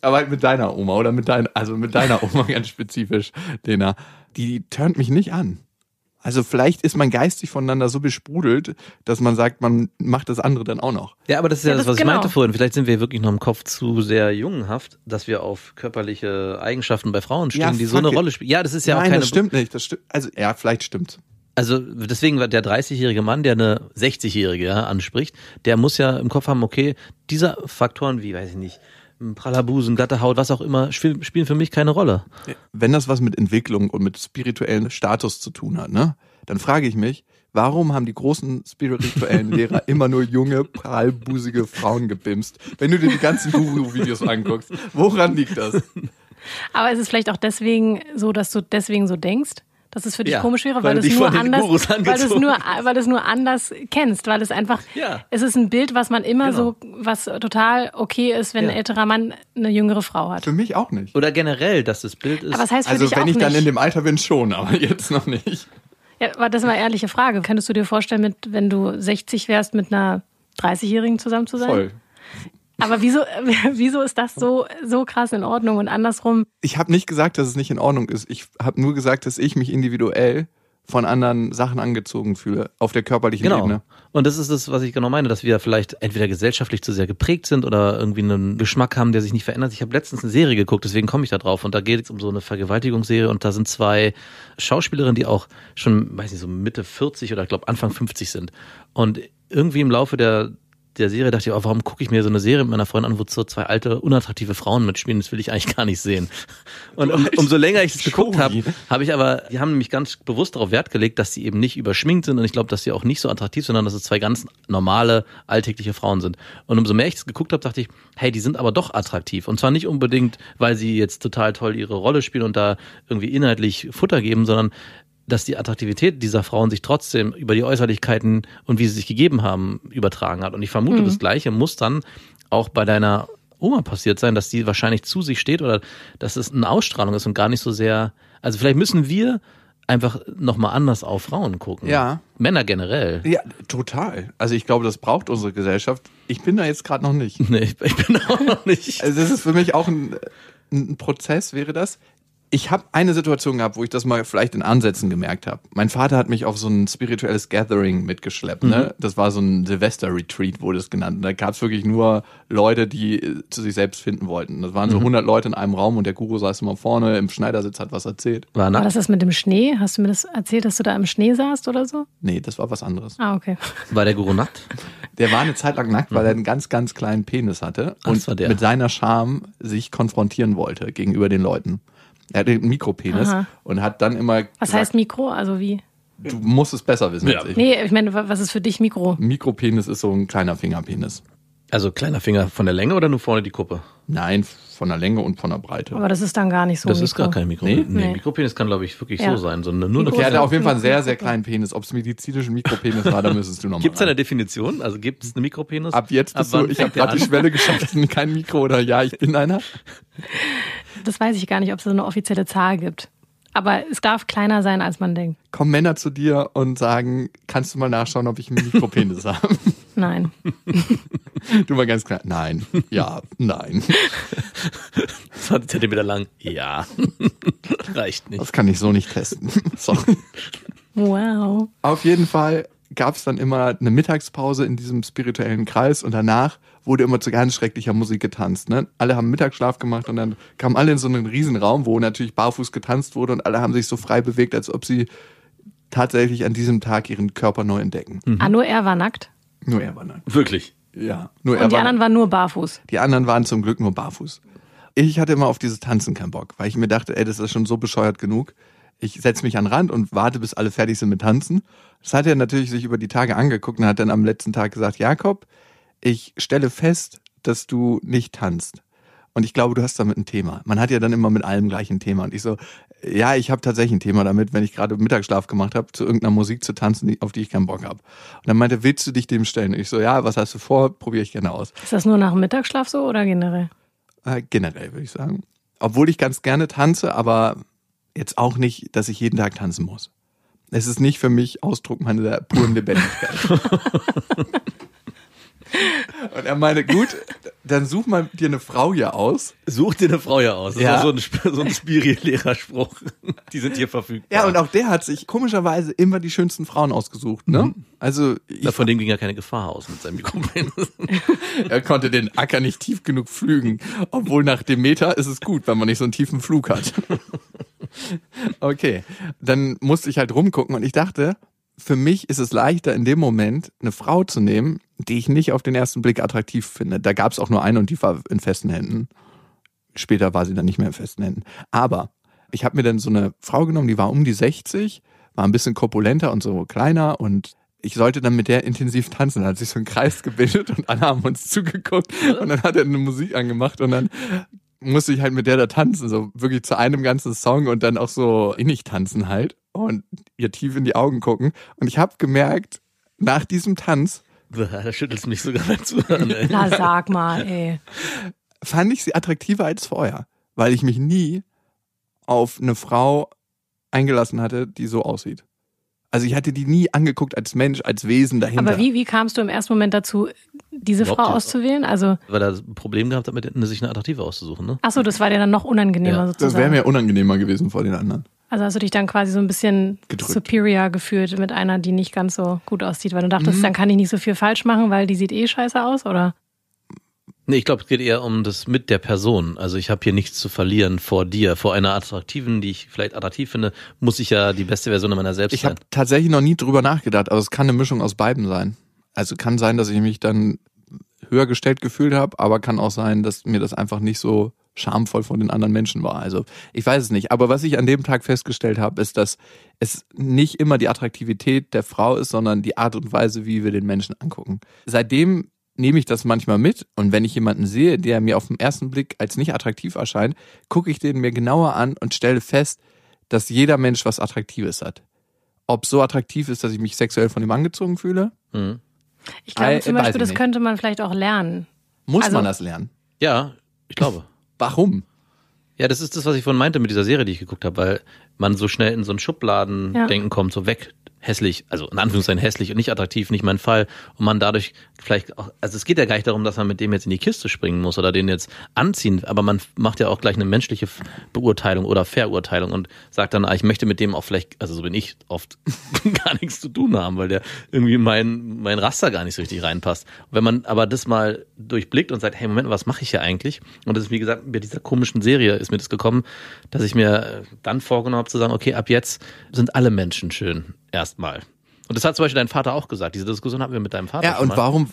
[SPEAKER 3] Aber halt mit deiner Oma oder mit deiner, also mit deiner Oma ganz spezifisch, Lena. Die turnt mich nicht an. Also vielleicht ist man geistig voneinander so besprudelt, dass man sagt, man macht das andere dann auch noch.
[SPEAKER 5] Ja, aber das ist ja,
[SPEAKER 4] Ja,
[SPEAKER 5] das,
[SPEAKER 4] das-
[SPEAKER 5] was
[SPEAKER 4] genau.
[SPEAKER 5] ich meinte vorhin. Vielleicht sind wir wirklich noch im Kopf zu sehr jungenhaft, dass wir auf körperliche Eigenschaften bei Frauen stehen,
[SPEAKER 3] Ja,
[SPEAKER 5] die so
[SPEAKER 3] fuck
[SPEAKER 5] eine
[SPEAKER 3] it.
[SPEAKER 5] Rolle spielen. Ja, das ist ja auch
[SPEAKER 3] Nein,
[SPEAKER 5] keine.
[SPEAKER 3] das stimmt nicht. Das stimmt. Also ja, vielleicht stimmt's.
[SPEAKER 5] Also deswegen war der 30-jährige Mann, der eine 60-jährige ja, anspricht, der muss ja im Kopf haben, okay, diese Faktoren wie, weiß ich nicht, ein praller Busen, glatte Haut, was auch immer, spiel, spielen für mich keine Rolle.
[SPEAKER 3] wenn das was mit Entwicklung und mit spirituellem Status zu tun hat, ne, dann frage ich mich, warum haben die großen spirituellen Lehrer immer nur junge, prahlbusige Frauen gebimst? Wenn du dir die ganzen Guru-Videos anguckst, woran liegt das?
[SPEAKER 4] Aber es ist vielleicht auch deswegen so, dass du deswegen so denkst, Dass es für dich
[SPEAKER 5] Ja,
[SPEAKER 4] komisch wäre, weil,
[SPEAKER 5] weil du
[SPEAKER 4] du
[SPEAKER 5] dich
[SPEAKER 4] es nur
[SPEAKER 5] von den Gurus
[SPEAKER 4] anders, weil du es
[SPEAKER 5] angezogen
[SPEAKER 4] nur, weil du es nur anders kennst, weil es einfach,
[SPEAKER 5] Ja.
[SPEAKER 4] es ist ein Bild, was man immer
[SPEAKER 5] Genau.
[SPEAKER 4] so, was total okay ist, wenn
[SPEAKER 5] Ja.
[SPEAKER 4] ein älterer Mann eine jüngere Frau hat.
[SPEAKER 3] Für mich auch nicht.
[SPEAKER 5] Oder generell, dass das Bild ist.
[SPEAKER 4] Aber was heißt für
[SPEAKER 3] Also
[SPEAKER 4] dich auch
[SPEAKER 3] wenn ich
[SPEAKER 4] nicht?
[SPEAKER 3] dann in dem Alter bin, schon, aber jetzt noch nicht.
[SPEAKER 4] ja, aber das ist mal eine ehrliche Frage. Könntest du dir vorstellen, mit, wenn du 60 wärst, mit einer 30-Jährigen zusammen zu sein?
[SPEAKER 3] Voll.
[SPEAKER 4] Aber wieso, wieso ist das so, so krass in Ordnung und andersrum?
[SPEAKER 3] Ich habe nicht gesagt, dass es nicht in Ordnung ist. Ich habe nur gesagt, dass ich mich individuell von anderen Sachen angezogen fühle, auf der körperlichen
[SPEAKER 5] Genau.
[SPEAKER 3] Ebene.
[SPEAKER 5] Und das ist das, was ich genau meine, dass wir vielleicht entweder gesellschaftlich zu sehr geprägt sind oder irgendwie einen Geschmack haben, der sich nicht verändert. Ich habe letztens eine Serie geguckt, deswegen komme ich da drauf. Und da geht es um so eine Vergewaltigungsserie und da sind zwei Schauspielerinnen, die auch schon, weiß nicht, so Mitte 40 oder ich glaube Anfang 50 sind. Und irgendwie im Laufe der der Serie dachte ich, oh, warum gucke ich mir so eine Serie mit meiner Freundin an, wo so zwei alte, unattraktive Frauen mitspielen? Das will ich eigentlich gar nicht sehen. Und um, umso länger ich es geguckt habe,
[SPEAKER 3] Schoki.
[SPEAKER 5] habe ich aber, die haben nämlich ganz bewusst darauf Wert gelegt, dass sie eben nicht überschminkt sind und ich glaube, dass sie auch nicht so attraktiv sind, sondern dass es zwei ganz normale, alltägliche Frauen sind. Und umso mehr ich es geguckt habe, dachte ich, hey, die sind aber doch attraktiv. Und zwar nicht unbedingt, weil sie jetzt total toll ihre Rolle spielen und da irgendwie inhaltlich Futter geben, sondern dass die Attraktivität dieser Frauen sich trotzdem über die Äußerlichkeiten und wie sie sich gegeben haben übertragen hat. Und ich vermute, das Gleiche muss dann auch bei deiner Oma passiert sein, dass die wahrscheinlich zu sich steht oder dass es eine Ausstrahlung ist und gar nicht so sehr. Also vielleicht müssen wir einfach nochmal anders auf Frauen gucken.
[SPEAKER 3] Ja.
[SPEAKER 5] Männer generell.
[SPEAKER 3] Ja, total. Also ich glaube, das braucht unsere Gesellschaft. Ich bin da jetzt gerade noch nicht.
[SPEAKER 5] Nee, ich, ich bin auch noch nicht.
[SPEAKER 3] Also das ist für mich auch ein, ein Prozess, wäre das. Ich habe eine Situation gehabt, wo ich das mal vielleicht in Ansätzen gemerkt habe. Mein Vater hat mich auf so ein spirituelles Gathering mitgeschleppt. Ne? Das war so ein Silvester-Retreat, wurde es genannt. Und da gab es wirklich nur Leute, die äh, zu sich selbst finden wollten. Das waren so 100 Leute in einem Raum und der Guru saß immer vorne im Schneidersitz, hat was erzählt.
[SPEAKER 5] War
[SPEAKER 4] War
[SPEAKER 5] nackt,
[SPEAKER 4] das das mit dem Schnee? Hast du mir das erzählt, dass du da im Schnee saßt oder so?
[SPEAKER 3] Nee, das war was anderes.
[SPEAKER 4] Ah, okay.
[SPEAKER 5] war der Guru nackt?
[SPEAKER 3] Der war eine Zeit lang nackt, weil er einen ganz, ganz kleinen Penis hatte
[SPEAKER 5] Mhm. Ach, das
[SPEAKER 3] und
[SPEAKER 5] war der.
[SPEAKER 3] mit seiner Scham sich konfrontieren wollte gegenüber den Leuten. Er hatte einen Mikropenis
[SPEAKER 4] Aha.
[SPEAKER 3] und hat dann immer
[SPEAKER 4] Was heißt
[SPEAKER 3] gesagt,
[SPEAKER 4] Mikro? Also wie?
[SPEAKER 3] du musst es besser wissen
[SPEAKER 5] Ja.
[SPEAKER 3] als ich.
[SPEAKER 4] Nee, ich meine, wa- was ist für dich Mikro?
[SPEAKER 3] Mikropenis ist so ein kleiner Fingerpenis.
[SPEAKER 5] Also kleiner Finger von der Länge oder nur vorne die Kuppe?
[SPEAKER 4] Oh,
[SPEAKER 3] Nein, von der Länge und von der
[SPEAKER 5] Oh,
[SPEAKER 3] Breite.
[SPEAKER 4] Aber das ist dann gar nicht so.
[SPEAKER 5] Das
[SPEAKER 4] Mikro.
[SPEAKER 5] ist gar kein Mikro. Nee,
[SPEAKER 3] Nee?
[SPEAKER 4] Nee.
[SPEAKER 5] Mikropenis kann, glaube ich, wirklich
[SPEAKER 4] Ja.
[SPEAKER 5] so sein, sondern nur eine
[SPEAKER 4] Mikro-
[SPEAKER 3] Okay, er hatte auf jeden Fall einen sehr, sehr
[SPEAKER 4] Mikro-
[SPEAKER 3] kleinen Penis. Ob es medizinischen Mikropenis war, da müsstest du nochmal.
[SPEAKER 5] Gibt es eine Definition? Also gibt es einen Mikropenis?
[SPEAKER 3] Ab jetzt bist
[SPEAKER 5] wann
[SPEAKER 3] du, ich habe
[SPEAKER 5] fängt der
[SPEAKER 3] gerade die
[SPEAKER 5] an?
[SPEAKER 3] Schwelle geschafft, kein Mikro oder ja, ich bin einer.
[SPEAKER 4] Das weiß ich gar nicht, ob es so eine offizielle Zahl gibt. Aber es darf kleiner sein, als man denkt.
[SPEAKER 3] Kommen Männer zu dir und sagen, kannst du mal nachschauen, ob ich einen Mikropenis habe?
[SPEAKER 4] Nein.
[SPEAKER 3] Du mal ganz klar, nein, ja, nein.
[SPEAKER 5] 20 Zentimeter lang. Ja. Reicht nicht.
[SPEAKER 3] Das kann ich so nicht testen. Sorry.
[SPEAKER 4] Wow.
[SPEAKER 3] Auf jeden Fall gab es dann immer eine Mittagspause in diesem spirituellen Kreis und danach wurde immer zu ganz schrecklicher Musik getanzt. Ne? Alle haben Mittagsschlaf gemacht und dann kamen alle in so einen Riesenraum, wo natürlich barfuß getanzt wurde und alle haben sich so frei bewegt, als ob sie tatsächlich an diesem Tag ihren Körper neu entdecken.
[SPEAKER 5] Mhm.
[SPEAKER 4] Ah, nur er war nackt.
[SPEAKER 3] Nur er war nackt.
[SPEAKER 5] Wirklich.
[SPEAKER 3] Hm. Ja, nur er
[SPEAKER 4] Und die
[SPEAKER 3] war
[SPEAKER 4] anderen waren nur barfuß.
[SPEAKER 3] Die anderen waren zum Glück nur barfuß. Ich hatte immer auf dieses Tanzen keinen Bock, weil ich mir dachte, ey, das ist schon so bescheuert genug. Ich setze mich an den Rand und warte, bis alle fertig sind mit Tanzen. Das hat er natürlich sich über die Tage angeguckt und hat dann am letzten Tag gesagt, Jakob, ich stelle fest, dass du nicht tanzt. Und ich glaube, du hast damit ein Thema. Man hat ja dann immer mit allem gleich ein Thema. Und ich so, ja, ich habe tatsächlich ein Thema damit, wenn ich gerade Mittagsschlaf gemacht habe, zu irgendeiner Musik zu tanzen, die- auf die ich keinen Bock habe. Und dann meinte, er, willst du dich dem stellen? Und ich so, ja, was hast du vor? Probiere ich gerne aus.
[SPEAKER 4] Ist das nur nach dem Mittagsschlaf so oder generell?
[SPEAKER 3] Äh, generell, würde ich sagen. Obwohl ich ganz gerne tanze, aber jetzt auch nicht, dass ich jeden Tag tanzen muss. Es ist nicht für mich Ausdruck meiner puren Lebendigkeit. Und er meinte, gut, dann such mal dir eine Frau hier aus.
[SPEAKER 5] Such dir eine Frau ja aus. Das
[SPEAKER 3] Ja.
[SPEAKER 5] war so ein, Sp- so ein Spiri-Lehrerspruch. Die sind hier verfügbar.
[SPEAKER 3] Ja, und auch der hat sich komischerweise immer die schönsten Frauen ausgesucht, ne? Also,
[SPEAKER 5] Na,
[SPEAKER 3] ich,
[SPEAKER 5] Von dem ging ja keine Gefahr aus mit seinem Mikropenis.
[SPEAKER 3] er konnte den Acker nicht tief genug pflügen. Obwohl nach dem Meter ist es gut, wenn man nicht so einen tiefen Flug hat. Okay, dann musste ich halt rumgucken und ich dachte, für mich ist es leichter in dem Moment eine Frau zu nehmen, die ich nicht auf den ersten Blick attraktiv finde. Da gab es auch nur eine und die war in festen Händen. Später war sie dann nicht mehr in festen Händen. Aber ich habe mir dann so eine Frau genommen, die war um die 60, war ein bisschen korpulenter und so kleiner und ich sollte dann mit der intensiv tanzen. Da hat sich so ein Kreis gebildet und alle haben uns zugeguckt und dann hat er eine Musik angemacht und dann musste ich halt mit der da tanzen, so wirklich zu einem ganzen Song und dann auch so innig tanzen halt. und ihr tief in die Augen gucken. Und ich habe gemerkt, nach diesem Tanz
[SPEAKER 5] Da schüttelst du mich sogar beim Zuhören. Ey.
[SPEAKER 4] Na, sag mal, ey.
[SPEAKER 3] fand ich sie attraktiver als vorher, weil ich mich nie auf eine Frau eingelassen hatte, die so aussieht. Also ich hatte die nie angeguckt als Mensch, als Wesen dahinter.
[SPEAKER 4] Aber wie, wie kamst du im ersten Moment dazu, diese
[SPEAKER 5] Überhaupt
[SPEAKER 4] Frau
[SPEAKER 5] nicht.
[SPEAKER 4] auszuwählen? Also,
[SPEAKER 5] Weil er ein Problem gehabt hat, mit eine- sich eine Attraktive auszusuchen, ne?
[SPEAKER 4] achso, das war dir dann noch unangenehmer
[SPEAKER 5] Ja, das
[SPEAKER 4] sozusagen.
[SPEAKER 3] Das wäre mir unangenehmer gewesen vor den anderen.
[SPEAKER 4] also hast du dich dann quasi so ein bisschen
[SPEAKER 3] Gedrückt.
[SPEAKER 4] superior gefühlt mit einer, die nicht ganz so gut aussieht, weil du
[SPEAKER 3] Mhm.
[SPEAKER 4] dachtest, dann kann ich nicht so viel falsch machen, weil die sieht eh scheiße aus, oder?
[SPEAKER 5] Nee, ich glaube, es geht eher um das mit der Person. Also ich habe hier nichts zu verlieren vor dir. Vor einer attraktiven, die ich vielleicht attraktiv finde, muss ich ja die beste Version meiner selbst
[SPEAKER 3] Ich
[SPEAKER 5] sein.
[SPEAKER 3] habe tatsächlich noch nie drüber nachgedacht, aber es kann eine Mischung aus beiden sein. Also kann sein, dass ich mich dann höher gestellt gefühlt habe, aber kann auch sein, dass mir das einfach nicht so schamvoll von den anderen Menschen war. Also ich weiß es nicht. Aber was ich an dem Tag festgestellt habe, ist, dass es nicht immer die Attraktivität der Frau ist, sondern die Art und Weise, wie wir den Menschen angucken. Seitdem nehme ich das manchmal mit und wenn ich jemanden sehe, der mir auf den ersten Blick als nicht attraktiv erscheint, gucke ich den mir genauer an und stelle fest, dass jeder Mensch was Attraktives hat ob so attraktiv ist, dass ich mich sexuell von ihm angezogen fühle.
[SPEAKER 5] Mhm.
[SPEAKER 4] Ich glaube
[SPEAKER 3] Ei,
[SPEAKER 4] zum
[SPEAKER 3] weiß
[SPEAKER 4] Beispiel,
[SPEAKER 3] ich
[SPEAKER 4] das
[SPEAKER 3] nicht.
[SPEAKER 4] könnte man vielleicht auch lernen.
[SPEAKER 3] Muss
[SPEAKER 4] Also-
[SPEAKER 3] man das lernen?
[SPEAKER 5] Ja, ich glaube.
[SPEAKER 3] Warum?
[SPEAKER 5] Ja, das ist das, was ich vorhin meinte mit dieser Serie, die ich geguckt habe, weil man so schnell in so ein Schubladendenken kommt, so weg, hässlich, also in Anführungszeichen hässlich und nicht attraktiv, nicht mein Fall. Und man dadurch vielleicht auch, also es geht ja gar nicht darum, dass man mit dem jetzt in die Kiste springen muss oder den jetzt anziehen, aber man macht ja auch gleich eine menschliche F- Beurteilung oder Verurteilung und sagt dann, ah, ich möchte mit dem auch vielleicht, also so bin ich oft, gar nichts zu tun haben, weil der irgendwie in mein, mein Raster gar nicht so richtig reinpasst. Wenn man aber das mal durchblickt und sagt, hey, Moment, was mache ich hier eigentlich? Und das ist, wie gesagt, bei dieser komischen Serie ist mir das gekommen, dass ich mir äh, dann vorgenommen habe zu sagen, okay, ab jetzt sind alle Menschen schön, erstmal. Und das hat zum Beispiel dein Vater auch gesagt. Diese Diskussion hatten wir mit deinem Vater.
[SPEAKER 3] Ja, und
[SPEAKER 5] schon mal.
[SPEAKER 3] warum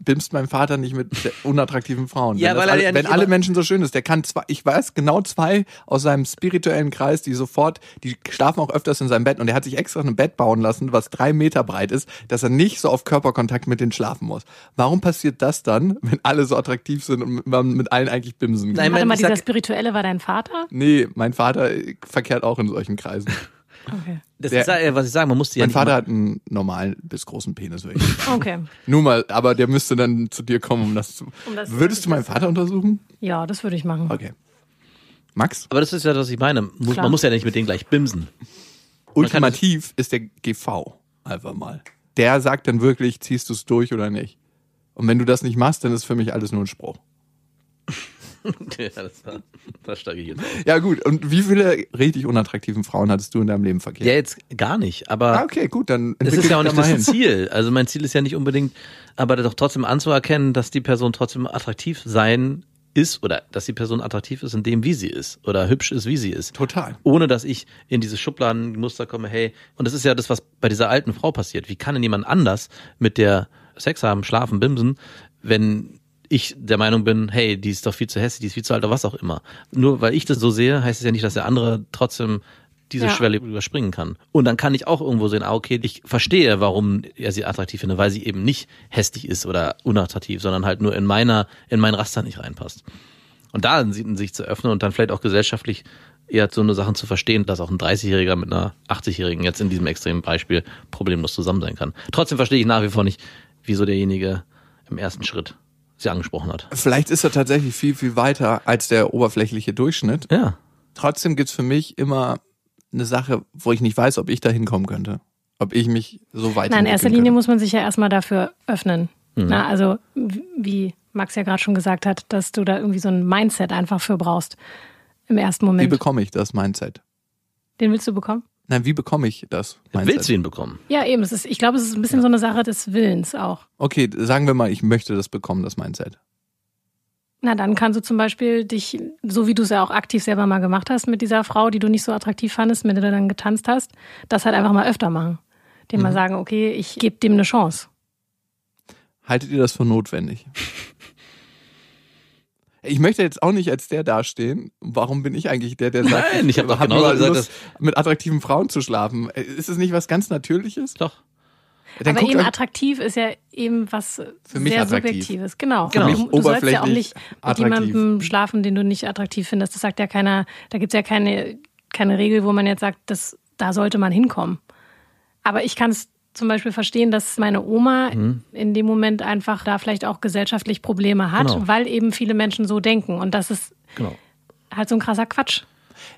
[SPEAKER 3] bimst mein Vater nicht mit der- unattraktiven Frauen?
[SPEAKER 5] Ja,
[SPEAKER 3] wenn das
[SPEAKER 5] weil er
[SPEAKER 3] alle,
[SPEAKER 5] ja nicht
[SPEAKER 3] wenn alle
[SPEAKER 5] immer-
[SPEAKER 3] Menschen so schön ist, der kann zwei, ich weiß genau zwei aus seinem spirituellen Kreis, die sofort, die schlafen auch öfters in seinem Bett und er hat sich extra ein Bett bauen lassen, was drei Meter breit ist, dass er nicht so auf Körperkontakt mit denen schlafen muss. Warum passiert das dann, wenn alle so attraktiv sind und man mit allen eigentlich bimsen kann?
[SPEAKER 5] Nein,
[SPEAKER 4] Warte
[SPEAKER 5] man-
[SPEAKER 4] mal,
[SPEAKER 5] ich sag-
[SPEAKER 4] dieser Spirituelle war dein Vater?
[SPEAKER 3] Nee, mein Vater äh, verkehrt auch in solchen Kreisen.
[SPEAKER 4] Okay.
[SPEAKER 5] Das
[SPEAKER 3] der-
[SPEAKER 5] ist ja, äh, was ich sage, man muss die ja
[SPEAKER 3] Mein
[SPEAKER 5] nicht
[SPEAKER 3] Vater
[SPEAKER 5] immer-
[SPEAKER 3] hat einen normalen bis großen Penis, wirklich.
[SPEAKER 4] Okay.
[SPEAKER 3] Nur mal, aber der müsste dann zu dir kommen, um das zu.
[SPEAKER 4] Um das-
[SPEAKER 3] Würdest du meinen Vater untersuchen?
[SPEAKER 4] Ja, das würde ich machen.
[SPEAKER 3] Okay. Max,
[SPEAKER 5] Aber das ist ja, was ich meine. Muss,
[SPEAKER 4] Klar.
[SPEAKER 5] man muss ja nicht mit denen gleich bimsen. kann
[SPEAKER 3] ultimativ ist der GV einfach mal. Der sagt dann wirklich, ziehst du es durch oder nicht. Und wenn du das nicht machst, dann ist für mich alles nur ein Spruch.
[SPEAKER 5] ja, das, war- das steige ich jetzt.
[SPEAKER 3] Ja, gut. Und wie viele richtig unattraktiven Frauen hattest du in deinem Leben verkehrt?
[SPEAKER 5] Ja, jetzt gar nicht, aber.
[SPEAKER 3] Ah, okay, gut, dann
[SPEAKER 5] Das
[SPEAKER 3] entwickel
[SPEAKER 5] ist ja auch
[SPEAKER 3] dich
[SPEAKER 5] nicht
[SPEAKER 3] da mal
[SPEAKER 5] das Ziel. Also mein Ziel ist ja nicht unbedingt, aber doch trotzdem anzuerkennen, dass die Person trotzdem attraktiv sein ist oder dass die Person attraktiv ist in dem, wie sie ist oder hübsch ist, wie sie ist.
[SPEAKER 3] Total.
[SPEAKER 5] Ohne dass ich in dieses Schubladenmuster komme, hey, und das ist ja das, was bei dieser alten Frau passiert. Wie kann denn jemand anders mit der Sex haben, schlafen, bimsen, wenn ich der Meinung bin, hey, die ist doch viel zu hässlich, die ist viel zu alt oder was auch immer. Nur weil ich das so sehe, heißt es ja nicht, dass der andere trotzdem diese
[SPEAKER 4] Ja.
[SPEAKER 5] Schwelle überspringen kann. Und dann kann ich auch irgendwo sehen, ah, okay, ich verstehe, warum er sie attraktiv findet, weil sie eben nicht hässlich ist oder unattraktiv, sondern halt nur in meiner, in mein Raster nicht reinpasst. Und da sieht sich zu öffnen und dann vielleicht auch gesellschaftlich eher so eine Sachen zu verstehen, dass auch ein 30-Jähriger mit einer 80-Jährigen jetzt in diesem extremen Beispiel problemlos zusammen sein kann. Trotzdem verstehe ich nach wie vor nicht, wieso derjenige im ersten Schritt sie angesprochen hat.
[SPEAKER 3] Vielleicht ist er tatsächlich viel, viel weiter als der oberflächliche Durchschnitt.
[SPEAKER 5] Ja.
[SPEAKER 3] trotzdem gibt's für mich immer eine Sache, wo ich nicht weiß, ob ich da hinkommen könnte. Ob ich mich so weit
[SPEAKER 4] Nein, in erster Linie
[SPEAKER 3] entwickeln
[SPEAKER 4] muss man sich ja erstmal dafür öffnen. Na, also, w- wie Max ja gerade schon gesagt hat, dass du da irgendwie so ein Mindset einfach für brauchst. Im ersten
[SPEAKER 3] könnte. Wie
[SPEAKER 4] Moment.
[SPEAKER 3] bekomme ich das Mindset?
[SPEAKER 4] Den willst du bekommen?
[SPEAKER 3] Nein, wie bekomme ich das Mindset?
[SPEAKER 5] Willst du ihn bekommen?
[SPEAKER 4] Ja, eben. Es ist, ich glaube, es ist ein bisschen so eine Sache des Willens auch.
[SPEAKER 3] Okay, sagen wir mal, ich möchte das bekommen, das Mindset.
[SPEAKER 4] Na, dann kannst du zum Beispiel dich, so wie du es ja auch aktiv selber mal gemacht hast mit dieser Frau, die du nicht so attraktiv fandest, mit der du dann getanzt hast, das halt einfach mal öfter machen. Dem mal sagen, okay, ich gebe dem eine Chance.
[SPEAKER 3] Haltet ihr das für notwendig? Ich möchte jetzt auch nicht als der dastehen. Warum bin ich eigentlich der, der sagt,
[SPEAKER 5] Nein, ich hab doch
[SPEAKER 3] hab
[SPEAKER 5] genauso
[SPEAKER 3] überall
[SPEAKER 5] gesagt,
[SPEAKER 3] Lust, mit attraktiven Frauen zu schlafen? Äh, Ist es nicht was ganz Natürliches?
[SPEAKER 5] Doch.
[SPEAKER 3] Dann
[SPEAKER 4] Aber
[SPEAKER 3] guckt
[SPEAKER 4] eben
[SPEAKER 3] euch-
[SPEAKER 4] attraktiv ist ja eben was
[SPEAKER 3] Für mich
[SPEAKER 4] sehr
[SPEAKER 3] attraktiv.
[SPEAKER 4] Subjektives. Genau.
[SPEAKER 5] Für
[SPEAKER 4] Und
[SPEAKER 5] mich
[SPEAKER 4] du, du sollst ja auch
[SPEAKER 3] oberflächlich
[SPEAKER 4] nicht mit
[SPEAKER 3] attraktiv.
[SPEAKER 4] jemandem schlafen, den du nicht attraktiv findest. Das sagt ja keiner, da gibt es ja keine, keine Regel, wo man jetzt sagt, das da sollte man hinkommen. Aber ich kann es zum Beispiel verstehen, dass meine Oma in dem Moment einfach da vielleicht auch gesellschaftlich Probleme hat,
[SPEAKER 5] Genau.
[SPEAKER 4] weil eben viele Menschen so denken. Und das ist
[SPEAKER 5] Genau.
[SPEAKER 4] halt so ein krasser Quatsch.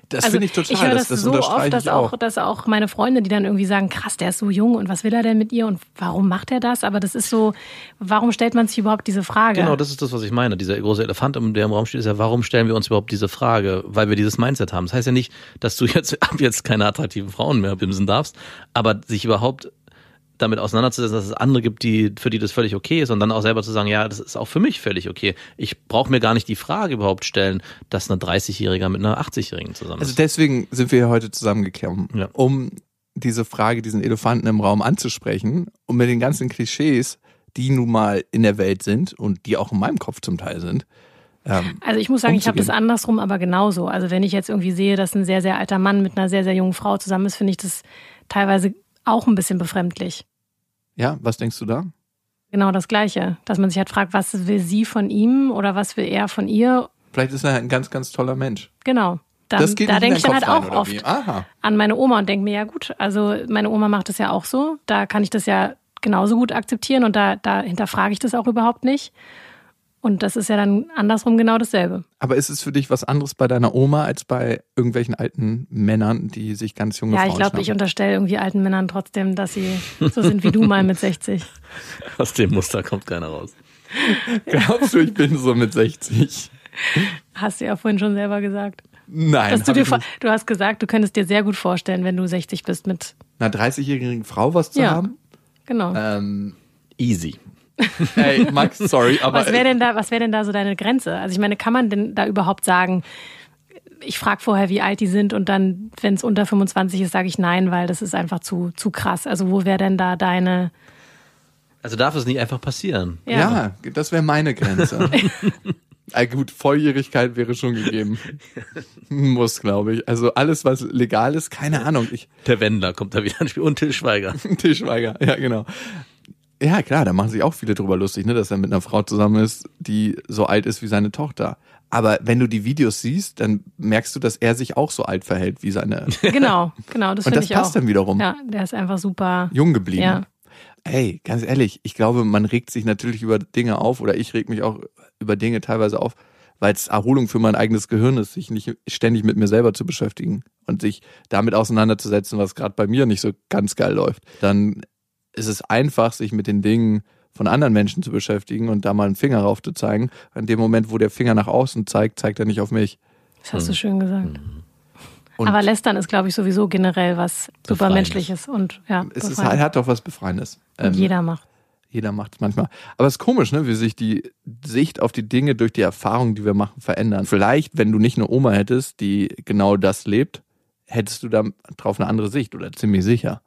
[SPEAKER 3] Das
[SPEAKER 4] Also
[SPEAKER 3] finde ich total.
[SPEAKER 4] Ich höre das, so
[SPEAKER 3] unterstreiche
[SPEAKER 4] oft, dass
[SPEAKER 3] ich
[SPEAKER 4] auch, dass auch meine Freunde, die dann irgendwie sagen, krass, der ist so jung und was will er denn mit ihr und warum macht er das? Aber das ist so, warum stellt man sich überhaupt diese Frage?
[SPEAKER 5] Genau, das ist das, was ich meine. Dieser große Elefant, im- der im Raum steht, ist ja, warum stellen wir uns überhaupt diese Frage? Weil wir dieses Mindset haben. Das heißt ja nicht, dass du jetzt ab jetzt keine attraktiven Frauen mehr bimsen darfst, aber sich überhaupt damit auseinanderzusetzen, dass es andere gibt, die, für die das völlig okay ist und dann auch selber zu sagen, ja, das ist auch für mich völlig okay. Ich brauche mir gar nicht die Frage überhaupt stellen, dass eine 30-Jähriger mit einer 80-Jährigen zusammen
[SPEAKER 3] Also
[SPEAKER 5] ist.
[SPEAKER 3] deswegen sind wir hier heute zusammengekommen,
[SPEAKER 5] Ja.
[SPEAKER 3] um diese Frage, diesen Elefanten im Raum anzusprechen und mit den ganzen Klischees, die nun mal in der Welt sind und die auch in meinem Kopf zum Teil sind. Ähm,
[SPEAKER 4] Also ich muss sagen, ich habe das
[SPEAKER 3] umzugehen.
[SPEAKER 4] andersrum aber genauso. Also wenn ich jetzt irgendwie sehe, dass ein sehr, sehr alter Mann mit einer sehr, sehr jungen Frau zusammen ist, finde ich das teilweise auch ein bisschen befremdlich.
[SPEAKER 3] ja, was denkst du da?
[SPEAKER 4] Genau das Gleiche. Dass man sich halt fragt, was will sie von ihm oder was will er von ihr?
[SPEAKER 3] Vielleicht ist er ein ganz, ganz toller Mensch.
[SPEAKER 4] Genau. Da,
[SPEAKER 3] das geht
[SPEAKER 4] da
[SPEAKER 3] nicht in
[SPEAKER 4] denke ich dann
[SPEAKER 3] deinen
[SPEAKER 4] halt
[SPEAKER 3] Kopf rein,
[SPEAKER 4] auch
[SPEAKER 3] oder
[SPEAKER 4] oft.
[SPEAKER 3] Wie? Aha.
[SPEAKER 4] an meine Oma und denke mir, ja gut, also meine Oma macht das ja auch so, da kann ich das ja genauso gut akzeptieren und da, da hinterfrage ich das auch überhaupt nicht. Und das ist ja dann andersrum genau dasselbe.
[SPEAKER 3] Aber ist es für dich was anderes bei deiner Oma als bei irgendwelchen alten Männern, die sich ganz junge
[SPEAKER 4] Ja,
[SPEAKER 3] Frauen
[SPEAKER 4] ich glaube, ich
[SPEAKER 3] schnappen?
[SPEAKER 4] unterstelle irgendwie alten Männern trotzdem, dass sie so sind wie du mal mit 60.
[SPEAKER 5] Aus dem Muster kommt keiner raus.
[SPEAKER 3] Glaubst du, ich bin so mit 60?
[SPEAKER 4] Hast du ja vorhin schon selber gesagt.
[SPEAKER 3] Nein.
[SPEAKER 4] Dass du,
[SPEAKER 3] hab
[SPEAKER 4] dir,
[SPEAKER 3] ich
[SPEAKER 4] vor-
[SPEAKER 3] nicht.
[SPEAKER 4] du hast gesagt, du könntest dir sehr gut vorstellen, wenn du 60 bist mit,
[SPEAKER 3] einer 30-jährigen Frau was zu
[SPEAKER 4] Ja.
[SPEAKER 3] haben?
[SPEAKER 4] genau.
[SPEAKER 3] Ähm,
[SPEAKER 5] Easy.
[SPEAKER 3] Ey, Max, sorry, aber.
[SPEAKER 4] was wäre denn, da- was wär denn da so deine Grenze? Also ich meine, kann man denn da überhaupt sagen, ich frage vorher, wie alt die sind und dann, wenn es unter 25 ist, sage ich nein, weil das ist einfach zu, zu krass. Also wo wäre denn da deine...
[SPEAKER 5] Also darf es nicht einfach passieren.
[SPEAKER 3] Ja, das wäre meine Grenze. ah, gut, Volljährigkeit wäre schon gegeben. Muss, glaube ich. Also alles, was legal ist, keine Ahnung. Ich,
[SPEAKER 5] Der Wendler kommt da wieder ins Spiel und Till Schweiger.
[SPEAKER 3] Tischweiger, ja, genau. Ja, klar, da machen sich auch viele drüber lustig, ne, dass er mit einer Frau zusammen ist, die so alt ist wie seine Tochter. Aber wenn du die Videos siehst, dann merkst du, dass er sich auch so alt verhält wie seine.
[SPEAKER 4] Genau, genau, das
[SPEAKER 3] Und
[SPEAKER 4] finde
[SPEAKER 3] das
[SPEAKER 4] ich
[SPEAKER 3] passt
[SPEAKER 4] auch.
[SPEAKER 3] dann wiederum.
[SPEAKER 4] Ja, der ist einfach super.
[SPEAKER 3] jung geblieben.
[SPEAKER 4] Ja.
[SPEAKER 3] Hey, ganz ehrlich, ich glaube, man regt sich natürlich über Dinge auf oder ich reg mich auch über Dinge teilweise auf, weil es Erholung für mein eigenes Gehirn ist, sich nicht ständig mit mir selber zu beschäftigen und sich damit auseinanderzusetzen, was gerade bei mir nicht so ganz geil läuft. Dann ist es einfach, sich mit den Dingen von anderen Menschen zu beschäftigen und da mal einen Finger rauf zu zeigen. In dem Moment, wo der Finger nach außen zeigt, zeigt er nicht auf mich.
[SPEAKER 4] Das hast du schön gesagt.
[SPEAKER 3] Mhm. Und
[SPEAKER 4] Aber Lästern ist, glaube ich, sowieso generell was supermenschliches und ja,
[SPEAKER 3] es ist, halt,
[SPEAKER 4] befreiend.
[SPEAKER 3] hat doch was Befreiendes.
[SPEAKER 4] und
[SPEAKER 3] Ähm,
[SPEAKER 4] jeder macht.
[SPEAKER 3] Jeder macht es manchmal. Aber es ist komisch, ne, wie sich die Sicht auf die Dinge durch die Erfahrungen, die wir machen, verändern. Vielleicht, wenn du nicht eine Oma hättest, die genau das lebt, hättest du da drauf eine andere Sicht oder ziemlich sicher.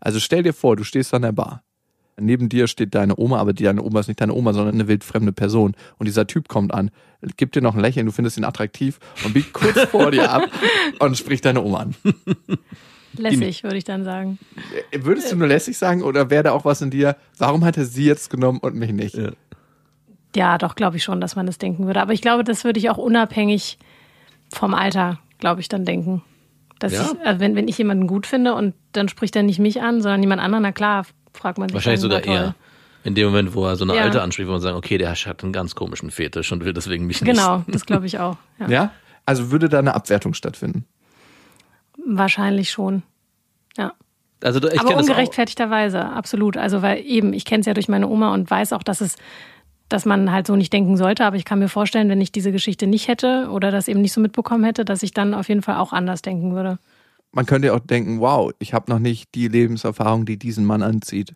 [SPEAKER 3] Also stell dir vor, du stehst an der Bar. Neben dir steht deine Oma, aber die deine Oma ist nicht deine Oma, sondern eine wildfremde Person. Und dieser Typ kommt an, gibt dir noch ein Lächeln, du findest ihn attraktiv und biegt kurz vor dir ab und spricht deine Oma an.
[SPEAKER 4] Lässig, würde ich dann sagen.
[SPEAKER 3] Würdest du nur lässig sagen oder wäre da auch was in dir, warum hat er sie jetzt genommen und mich nicht?
[SPEAKER 4] Ja, doch, glaube ich schon, dass man das denken würde. Aber ich glaube, das würde ich auch unabhängig vom Alter, glaube ich, dann denken. Dass
[SPEAKER 5] Ja?
[SPEAKER 4] ich, also wenn, wenn ich jemanden gut finde und dann spricht er nicht mich an, sondern jemand anderen, na klar, fragt man sich.
[SPEAKER 5] Wahrscheinlich
[SPEAKER 4] dann,
[SPEAKER 5] sogar
[SPEAKER 4] na toll.
[SPEAKER 5] eher. In dem Moment, wo er so eine
[SPEAKER 4] Ja.
[SPEAKER 5] alte anspricht, wo man sagt, okay, der hat einen ganz komischen Fetisch und will deswegen mich nicht.
[SPEAKER 4] Genau, das glaube ich auch. Ja.
[SPEAKER 3] Ja? Also würde da eine Abwertung stattfinden.
[SPEAKER 4] Wahrscheinlich schon. Ja.
[SPEAKER 5] Also du- ich
[SPEAKER 4] Aber
[SPEAKER 5] kenn das auch.
[SPEAKER 4] ungerechtfertigterweise, absolut. Also, weil eben, ich kenne es ja durch meine Oma und weiß auch, dass es, dass man halt so nicht denken sollte. Aber ich kann mir vorstellen, wenn ich diese Geschichte nicht hätte oder das eben nicht so mitbekommen hätte, dass ich dann auf jeden Fall auch anders denken würde.
[SPEAKER 3] Man könnte ja auch denken, wow, ich habe noch nicht die Lebenserfahrung, die diesen Mann anzieht.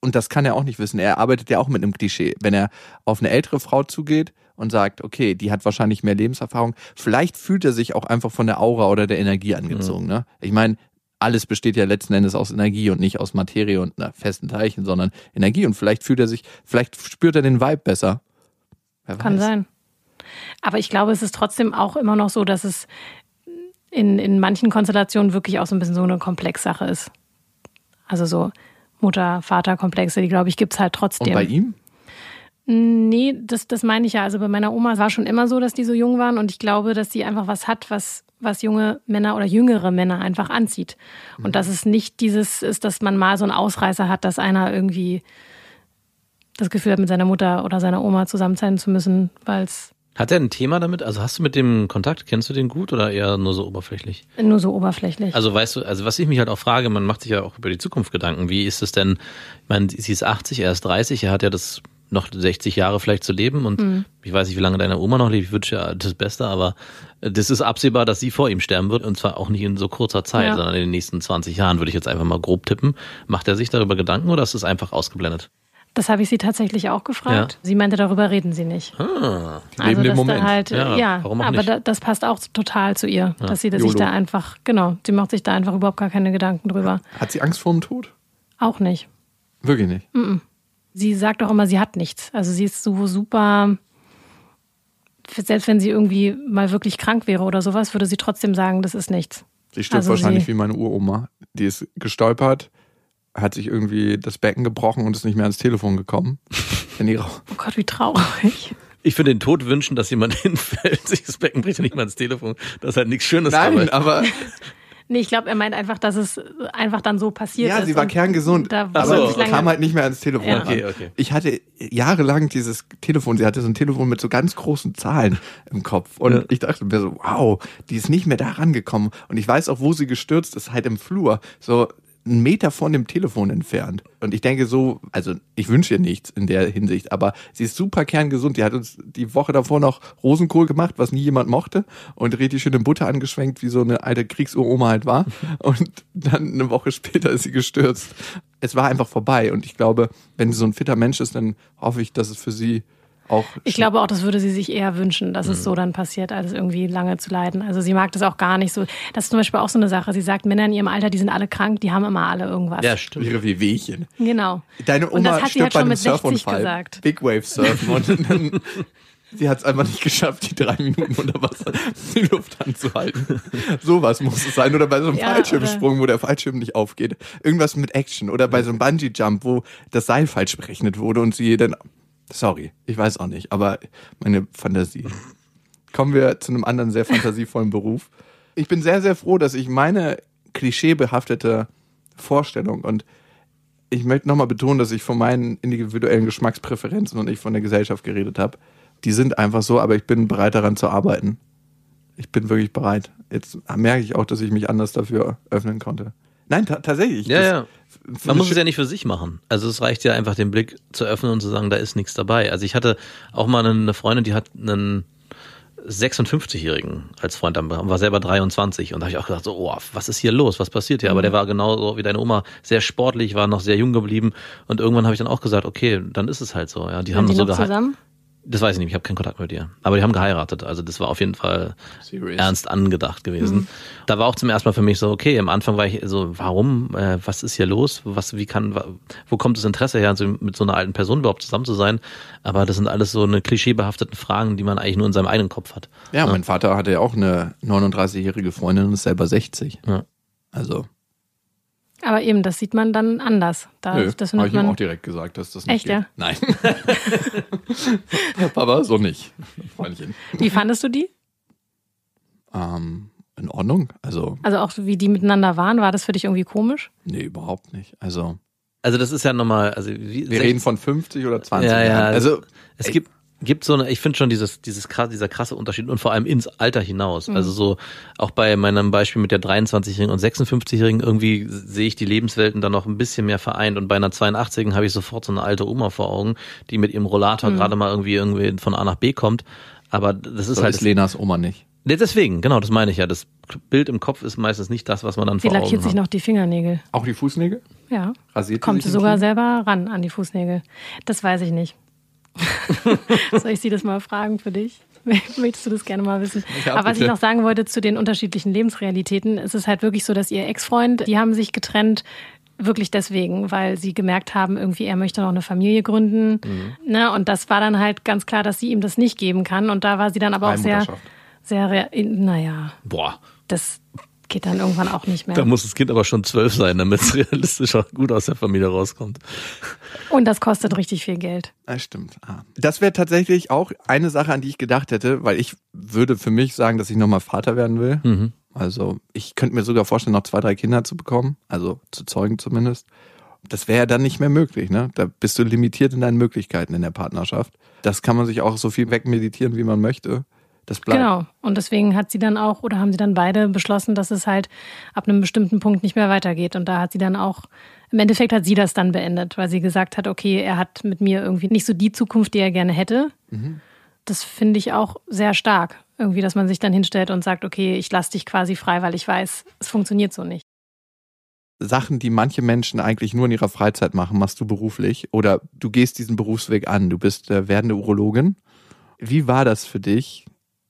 [SPEAKER 3] Und das kann er auch nicht wissen. Er arbeitet ja auch mit einem Klischee. Wenn er auf eine ältere Frau zugeht und sagt, okay, die hat wahrscheinlich mehr Lebenserfahrung, vielleicht fühlt er sich auch einfach von der Aura oder der Energie
[SPEAKER 4] Mhm.
[SPEAKER 3] angezogen. Ne? Ich meine, alles besteht ja letzten Endes aus Energie und nicht aus Materie und einer festen Teilchen, sondern Energie. Und vielleicht fühlt er sich, vielleicht spürt er den Vibe besser. Wer
[SPEAKER 4] Kann
[SPEAKER 3] weiß.
[SPEAKER 4] sein. Aber ich glaube, es ist trotzdem auch immer noch so, dass es in, in manchen Konstellationen wirklich auch so ein bisschen so eine Komplexsache ist. Also so Mutter-Vater-Komplexe, die, glaube ich, gibt's halt trotzdem. Mm,
[SPEAKER 3] Und bei ihm?
[SPEAKER 4] Nee, das, das meine ich ja. Also bei meiner Oma war schon immer so, dass die so jung waren und ich glaube, dass sie einfach was hat, was, was junge Männer oder jüngere Männer einfach anzieht.
[SPEAKER 3] Mhm.
[SPEAKER 4] Und dass es nicht dieses ist, dass man mal so einen Ausreißer hat, dass einer irgendwie das Gefühl hat, mit seiner Mutter oder seiner Oma zusammen sein zu müssen, weil es
[SPEAKER 5] Hat er ein Thema damit? Also hast du mit dem Kontakt, kennst du den gut oder eher nur so oberflächlich?
[SPEAKER 4] nur so oberflächlich.
[SPEAKER 5] Also weißt du, also was ich mich halt auch frage, man macht sich ja auch über die Zukunft Gedanken. Wie ist es denn, ich meine, sie ist 80, er ist 30, er hat ja das noch 60 Jahre vielleicht zu leben und ich weiß nicht, wie lange deine Oma noch lebt, ich wünsche ja das Beste, aber das ist absehbar, dass sie vor ihm sterben wird und zwar auch nicht in so kurzer Zeit,
[SPEAKER 4] Ja.
[SPEAKER 5] sondern in den nächsten 20 Jahren, würde ich jetzt einfach mal grob tippen. Macht er sich darüber Gedanken oder ist es einfach ausgeblendet?
[SPEAKER 4] das habe ich sie tatsächlich auch gefragt.
[SPEAKER 5] Ja.
[SPEAKER 4] Sie meinte, darüber reden sie nicht.
[SPEAKER 5] Ah,
[SPEAKER 3] Neben dem
[SPEAKER 4] dass
[SPEAKER 3] Moment.
[SPEAKER 4] Da halt,
[SPEAKER 5] Ja,
[SPEAKER 4] ja,
[SPEAKER 5] warum auch
[SPEAKER 4] aber
[SPEAKER 5] nicht?
[SPEAKER 4] Da, das passt auch total zu ihr, dass sie da sich
[SPEAKER 3] YOLO.
[SPEAKER 4] da einfach, genau, sie macht sich da einfach überhaupt gar keine Gedanken drüber.
[SPEAKER 3] Hat sie Angst vor dem Tod?
[SPEAKER 4] Auch nicht.
[SPEAKER 3] Wirklich nicht.
[SPEAKER 4] Sie sagt auch immer, sie hat nichts. Also sie ist so super, selbst wenn sie irgendwie mal wirklich krank wäre oder sowas, würde sie trotzdem sagen, das ist nichts.
[SPEAKER 3] Sie stirbt
[SPEAKER 4] Also
[SPEAKER 3] wahrscheinlich
[SPEAKER 4] sie-
[SPEAKER 3] wie meine Uroma. Die ist gestolpert, hat sich irgendwie das Becken gebrochen und ist nicht mehr ans Telefon gekommen. In ihrer
[SPEAKER 4] Oh Gott, wie traurig.
[SPEAKER 5] Ich finde den Tod wünschen, dass jemand hinfällt, sich das Becken bricht und nicht mal ins Telefon. Das ist halt nichts Schönes dabei.
[SPEAKER 3] aber
[SPEAKER 4] Nee, ich glaube, er meint einfach, dass es einfach dann so passiert ist.
[SPEAKER 3] ja, sie war
[SPEAKER 4] und
[SPEAKER 3] kerngesund,
[SPEAKER 4] Da
[SPEAKER 5] Ach
[SPEAKER 3] aber
[SPEAKER 5] so,
[SPEAKER 3] sie
[SPEAKER 4] sie lange,
[SPEAKER 3] kam halt nicht mehr ans Telefon.
[SPEAKER 4] Ja.
[SPEAKER 3] ran.
[SPEAKER 5] Okay, okay.
[SPEAKER 3] Ich hatte jahrelang dieses Telefon, sie hatte so ein Telefon mit so ganz großen Zahlen im Kopf und ich dachte mir so, wow, die ist nicht mehr da rangekommen und ich weiß auch, wo sie gestürzt ist, halt im Flur, so einen Meter von dem Telefon entfernt. Und ich denke so, also ich wünsche ihr nichts in der Hinsicht, aber sie ist super kerngesund. Die hat uns die Woche davor noch Rosenkohl gemacht, was nie jemand mochte und richtig schön in Butter angeschwenkt, wie so eine alte Kriegsoma halt war. Und dann eine Woche später ist sie gestürzt. Es war einfach vorbei und ich glaube, wenn sie so ein fitter Mensch ist, dann hoffe ich, dass es für sie auch
[SPEAKER 4] Ich glaube auch, das würde sie sich eher wünschen, dass
[SPEAKER 3] Mhm.
[SPEAKER 4] es so dann passiert, als irgendwie lange zu leiden. Also sie mag das auch gar nicht so. Das ist zum Beispiel auch so eine Sache. Sie sagt, Männer in ihrem Alter, die sind alle krank, die haben immer alle irgendwas.
[SPEAKER 5] Ja, stimmt.
[SPEAKER 3] ihre Wehwehchen.
[SPEAKER 4] Genau.
[SPEAKER 3] Deine
[SPEAKER 4] Und das
[SPEAKER 3] Oma
[SPEAKER 4] hat sie
[SPEAKER 3] stirbt
[SPEAKER 4] halt
[SPEAKER 3] bei
[SPEAKER 4] schon
[SPEAKER 3] einem
[SPEAKER 4] mit 60
[SPEAKER 3] Surfunfall.
[SPEAKER 4] gesagt.
[SPEAKER 3] Big Wave Surfen und dann, sie hat es einfach nicht geschafft, die drei Minuten unter Wasser die Luft anzuhalten. Sowas muss es sein. Oder bei so einem
[SPEAKER 4] Ja,
[SPEAKER 3] Fallschirmsprung, wo der Fallschirm nicht aufgeht. Irgendwas mit Action. Oder bei so einem Bungee Jump, wo das Seil falsch berechnet wurde und sie dann, sorry, ich weiß auch nicht, aber meine Fantasie. Kommen wir zu einem anderen sehr fantasievollen Beruf. Ich bin sehr, sehr froh, dass ich meine klischeebehaftete Vorstellung und ich möchte nochmal betonen, dass ich von meinen individuellen Geschmackspräferenzen und nicht von der Gesellschaft geredet habe. Die sind einfach so, aber ich bin bereit daran zu arbeiten. Ich bin wirklich bereit. Jetzt merke ich auch, dass ich mich anders dafür öffnen konnte. Nein, ta tatsächlich.
[SPEAKER 5] Ja,
[SPEAKER 3] Das-
[SPEAKER 5] ja.
[SPEAKER 3] f-
[SPEAKER 5] Man muss es
[SPEAKER 3] schön-
[SPEAKER 5] ja nicht für sich machen. Also es reicht ja einfach, den Blick zu öffnen und zu sagen, da ist nichts dabei. Also ich hatte auch mal eine Freundin, die hat einen 56-Jährigen als Freund am war selber 23 und da habe ich auch gedacht, so, oh, was ist hier los, was passiert hier? Aber
[SPEAKER 4] Mhm.
[SPEAKER 5] der war genauso wie deine Oma sehr sportlich, war noch sehr jung geblieben und irgendwann habe ich dann auch gesagt, okay, dann ist es halt so. Ja, die haben
[SPEAKER 4] Sind die
[SPEAKER 5] so
[SPEAKER 4] noch
[SPEAKER 5] geheiratet.
[SPEAKER 4] zusammen?
[SPEAKER 5] Das weiß ich nicht, ich habe keinen Kontakt mit ihr. Aber die haben geheiratet, also das war auf jeden Fall
[SPEAKER 3] Serious. Mhm.
[SPEAKER 5] ernst angedacht gewesen. Da war auch zum ersten Mal für mich so, okay, am Anfang war ich so, warum, äh, was ist hier los, was, wie kann, wa- wo kommt das Interesse her, so mit so einer alten Person überhaupt zusammen zu sein? Aber das sind alles so eine klischeebehafteten Fragen, die man eigentlich nur in seinem eigenen Kopf hat.
[SPEAKER 3] ja, mein Vater hatte ja auch eine 39-jährige Freundin und ist selber 60.
[SPEAKER 5] Ja.
[SPEAKER 3] Also,
[SPEAKER 4] Aber eben, das sieht man dann anders. Da,
[SPEAKER 3] nö,
[SPEAKER 4] Ah, das
[SPEAKER 3] habe
[SPEAKER 4] findet
[SPEAKER 3] ich ihm
[SPEAKER 4] man.
[SPEAKER 3] auch direkt gesagt, dass das nicht
[SPEAKER 4] Echt,
[SPEAKER 3] geht.
[SPEAKER 4] ja?
[SPEAKER 3] Nein. Papa, so nicht. Freundchen.
[SPEAKER 4] Wie fandest du die?
[SPEAKER 3] Ähm, in Ordnung? Also,
[SPEAKER 4] Also auch wie die miteinander waren, war das für dich irgendwie komisch?
[SPEAKER 3] nee, überhaupt nicht. Also,
[SPEAKER 5] Also das ist ja nochmal, also wie,
[SPEAKER 3] Wir reden von 50 oder 20
[SPEAKER 5] Ja, ja.
[SPEAKER 3] Jahren. Also
[SPEAKER 5] Es
[SPEAKER 3] Ey.
[SPEAKER 5] gibt, gibt so eine, ich finde schon dieses, dieses krass, dieser krasse Unterschied und vor allem ins Alter hinaus. Also so, auch bei meinem Beispiel mit der 23-Jährigen und 56-Jährigen irgendwie sehe ich die Lebenswelten dann noch ein bisschen mehr vereint und bei einer 82-Jährigen habe ich sofort so eine alte Oma vor Augen, die mit ihrem Rollator gerade mal irgendwie irgendwie von A nach B kommt. Aber das ist
[SPEAKER 3] das
[SPEAKER 5] halt,
[SPEAKER 3] ist Lenas Oma nicht.
[SPEAKER 5] Nee, deswegen, genau, das meine ich ja. Das Bild im Kopf ist meistens nicht das, was man dann
[SPEAKER 4] Sie
[SPEAKER 5] vor Augen
[SPEAKER 4] lackiert sich
[SPEAKER 5] hat.
[SPEAKER 4] noch die Fingernägel.
[SPEAKER 3] Auch die Fußnägel?
[SPEAKER 4] Ja.
[SPEAKER 3] Rasiert
[SPEAKER 4] Kommt
[SPEAKER 3] sie
[SPEAKER 4] sie
[SPEAKER 3] sich im
[SPEAKER 4] sogar
[SPEAKER 3] Team?
[SPEAKER 4] selber ran an die Fußnägel. Das weiß ich nicht. Soll ich sie das mal fragen für dich? Möchtest du das gerne mal wissen?
[SPEAKER 3] Ja,
[SPEAKER 4] Aber was ich
[SPEAKER 3] bitte.
[SPEAKER 4] noch sagen wollte zu den unterschiedlichen Lebensrealitäten, es ist halt wirklich so, dass ihr Ex-Freund, die haben sich getrennt, wirklich deswegen, weil sie gemerkt haben, irgendwie er möchte noch eine Familie gründen.
[SPEAKER 3] Mhm.
[SPEAKER 4] Ne? Und das war dann halt ganz klar, dass sie ihm das nicht geben kann. Und da war sie dann aber auch sehr,
[SPEAKER 3] Leihmutterschaft.
[SPEAKER 4] sehr, rea- naja,
[SPEAKER 5] Boah.
[SPEAKER 4] das geht dann irgendwann auch nicht mehr.
[SPEAKER 5] Da muss das Kind aber schon zwölf sein, damit es realistisch auch gut aus der Familie rauskommt.
[SPEAKER 4] Und das kostet richtig viel Geld.
[SPEAKER 3] Ah, stimmt. Ah. Das wäre
[SPEAKER 5] Mhm.
[SPEAKER 3] tatsächlich auch eine Sache, an die ich gedacht hätte, weil ich würde für mich sagen, dass ich nochmal Vater werden will. Also ich könnte mir sogar vorstellen, noch zwei, drei Kinder zu bekommen, also zu zeugen zumindest. Das wäre ja dann nicht mehr möglich, ne? Da bist du limitiert in deinen Möglichkeiten in der Partnerschaft. Das kann man sich auch so viel wegmeditieren, wie man möchte. Das bleibt.
[SPEAKER 4] Genau. Und deswegen hat sie dann auch, oder haben sie dann beide beschlossen, dass es halt ab einem bestimmten Punkt nicht mehr weitergeht. Und da hat sie dann auch, im Endeffekt hat sie das dann beendet, weil sie gesagt hat, okay, er hat mit mir irgendwie nicht so die Zukunft, die er gerne hätte.
[SPEAKER 3] Mhm.
[SPEAKER 4] Das finde ich auch sehr stark. Irgendwie, dass man sich dann hinstellt und sagt, okay, ich lasse dich quasi frei, weil ich weiß, es funktioniert so nicht.
[SPEAKER 3] Sachen, die manche Menschen eigentlich nur in ihrer Freizeit machen, machst du beruflich oder du gehst diesen Berufsweg an. Du bist äh, werdende Urologin. Wie war das für dich,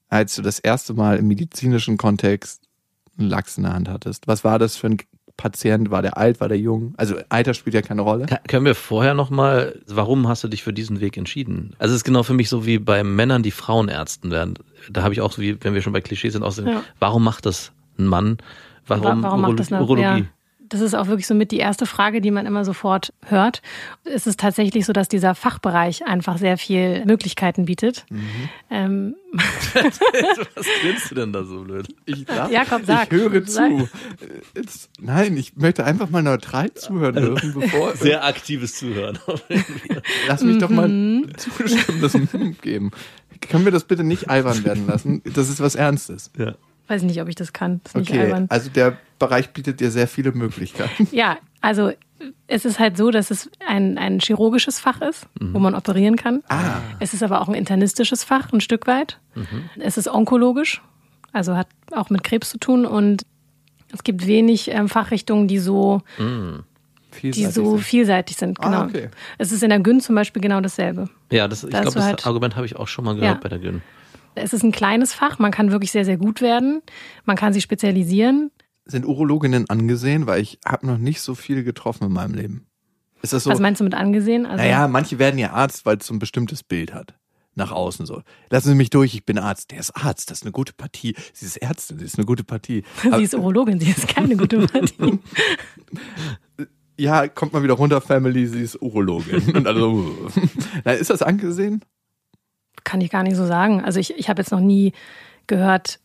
[SPEAKER 3] als du das erste Mal im medizinischen Kontext einen Lachs in der Hand hattest? Was war das für ein Patient? War der alt? War der jung? Also Alter spielt ja keine Rolle.
[SPEAKER 5] Ka- Können wir vorher nochmal, warum hast du dich für diesen Weg entschieden? Also es ist genau für mich so wie bei Männern, die Frauenärzten werden. Da habe ich auch, so wie wenn wir schon bei Klischees sind, auch so,
[SPEAKER 4] Ja.
[SPEAKER 5] warum macht das ein Mann?
[SPEAKER 3] Also
[SPEAKER 5] Warum,
[SPEAKER 3] um
[SPEAKER 4] Wa- warum macht das eine
[SPEAKER 5] Urologie?
[SPEAKER 4] Ja. Das ist auch wirklich so mit die erste Frage, die man immer sofort hört. Es ist tatsächlich so, dass dieser Fachbereich einfach sehr viel Möglichkeiten bietet.
[SPEAKER 3] Mhm.
[SPEAKER 4] Ähm,
[SPEAKER 5] Was grinst du denn da so blöd?
[SPEAKER 3] Ich, sag,
[SPEAKER 4] Jakob, sag.
[SPEAKER 3] ich höre
[SPEAKER 4] Sag.
[SPEAKER 3] zu. Äh, jetzt- Nein, ich möchte einfach mal neutral zuhören dürfen, bevor.
[SPEAKER 5] Sehr aktives Zuhören.
[SPEAKER 3] Lass mich doch mal
[SPEAKER 4] Mhm.
[SPEAKER 3] zustimmen, das ein geben. Können wir das bitte nicht albern werden lassen? Das ist was Ernstes.
[SPEAKER 5] ja.
[SPEAKER 4] weiß nicht, ob ich das kann. Das ist nicht
[SPEAKER 3] Okay,
[SPEAKER 4] albern.
[SPEAKER 3] also der Bereich bietet dir sehr viele Möglichkeiten.
[SPEAKER 4] Ja, also es ist halt so, dass es ein, ein chirurgisches Fach ist, wo man operieren kann.
[SPEAKER 3] Mhm. Ah. Mhm.
[SPEAKER 4] Es ist aber auch ein internistisches Fach, ein Stück weit. Es ist onkologisch, also hat auch mit Krebs zu tun. Und es gibt wenig ähm, Fachrichtungen, die so die
[SPEAKER 3] Vielseitig
[SPEAKER 4] so
[SPEAKER 3] sind.
[SPEAKER 4] vielseitig sind. Genau.
[SPEAKER 3] Ah, okay.
[SPEAKER 4] Es ist in der Gyn zum Beispiel genau dasselbe.
[SPEAKER 5] ja, das, ich
[SPEAKER 4] Da
[SPEAKER 5] glaube,
[SPEAKER 4] hast du
[SPEAKER 5] das
[SPEAKER 4] halt-
[SPEAKER 5] Argument habe ich auch schon mal gehört
[SPEAKER 4] Ja.
[SPEAKER 5] bei der Gyn.
[SPEAKER 4] Es ist ein kleines Fach, man kann wirklich sehr, sehr gut werden. Man kann sich spezialisieren.
[SPEAKER 3] Sind Urologinnen angesehen, weil ich habe noch nicht so viel getroffen in meinem Leben. Ist das so?
[SPEAKER 4] Was meinst du mit angesehen? Also,
[SPEAKER 3] naja, manche werden ja Arzt, weil es so ein bestimmtes Bild hat. Nach außen so. Lassen Sie mich durch, ich bin Arzt. Der ist Arzt, das ist eine gute Partie. Sie ist Ärztin, sie ist eine gute Partie. Aber-
[SPEAKER 4] Sie ist Urologin, sie ist keine gute Partie.
[SPEAKER 3] ja, kommt mal wieder runter, Family, sie ist Urologin. Und also, na, ist das angesehen?
[SPEAKER 4] Kann ich gar nicht so sagen. Also ich, ich habe jetzt noch nie gehört,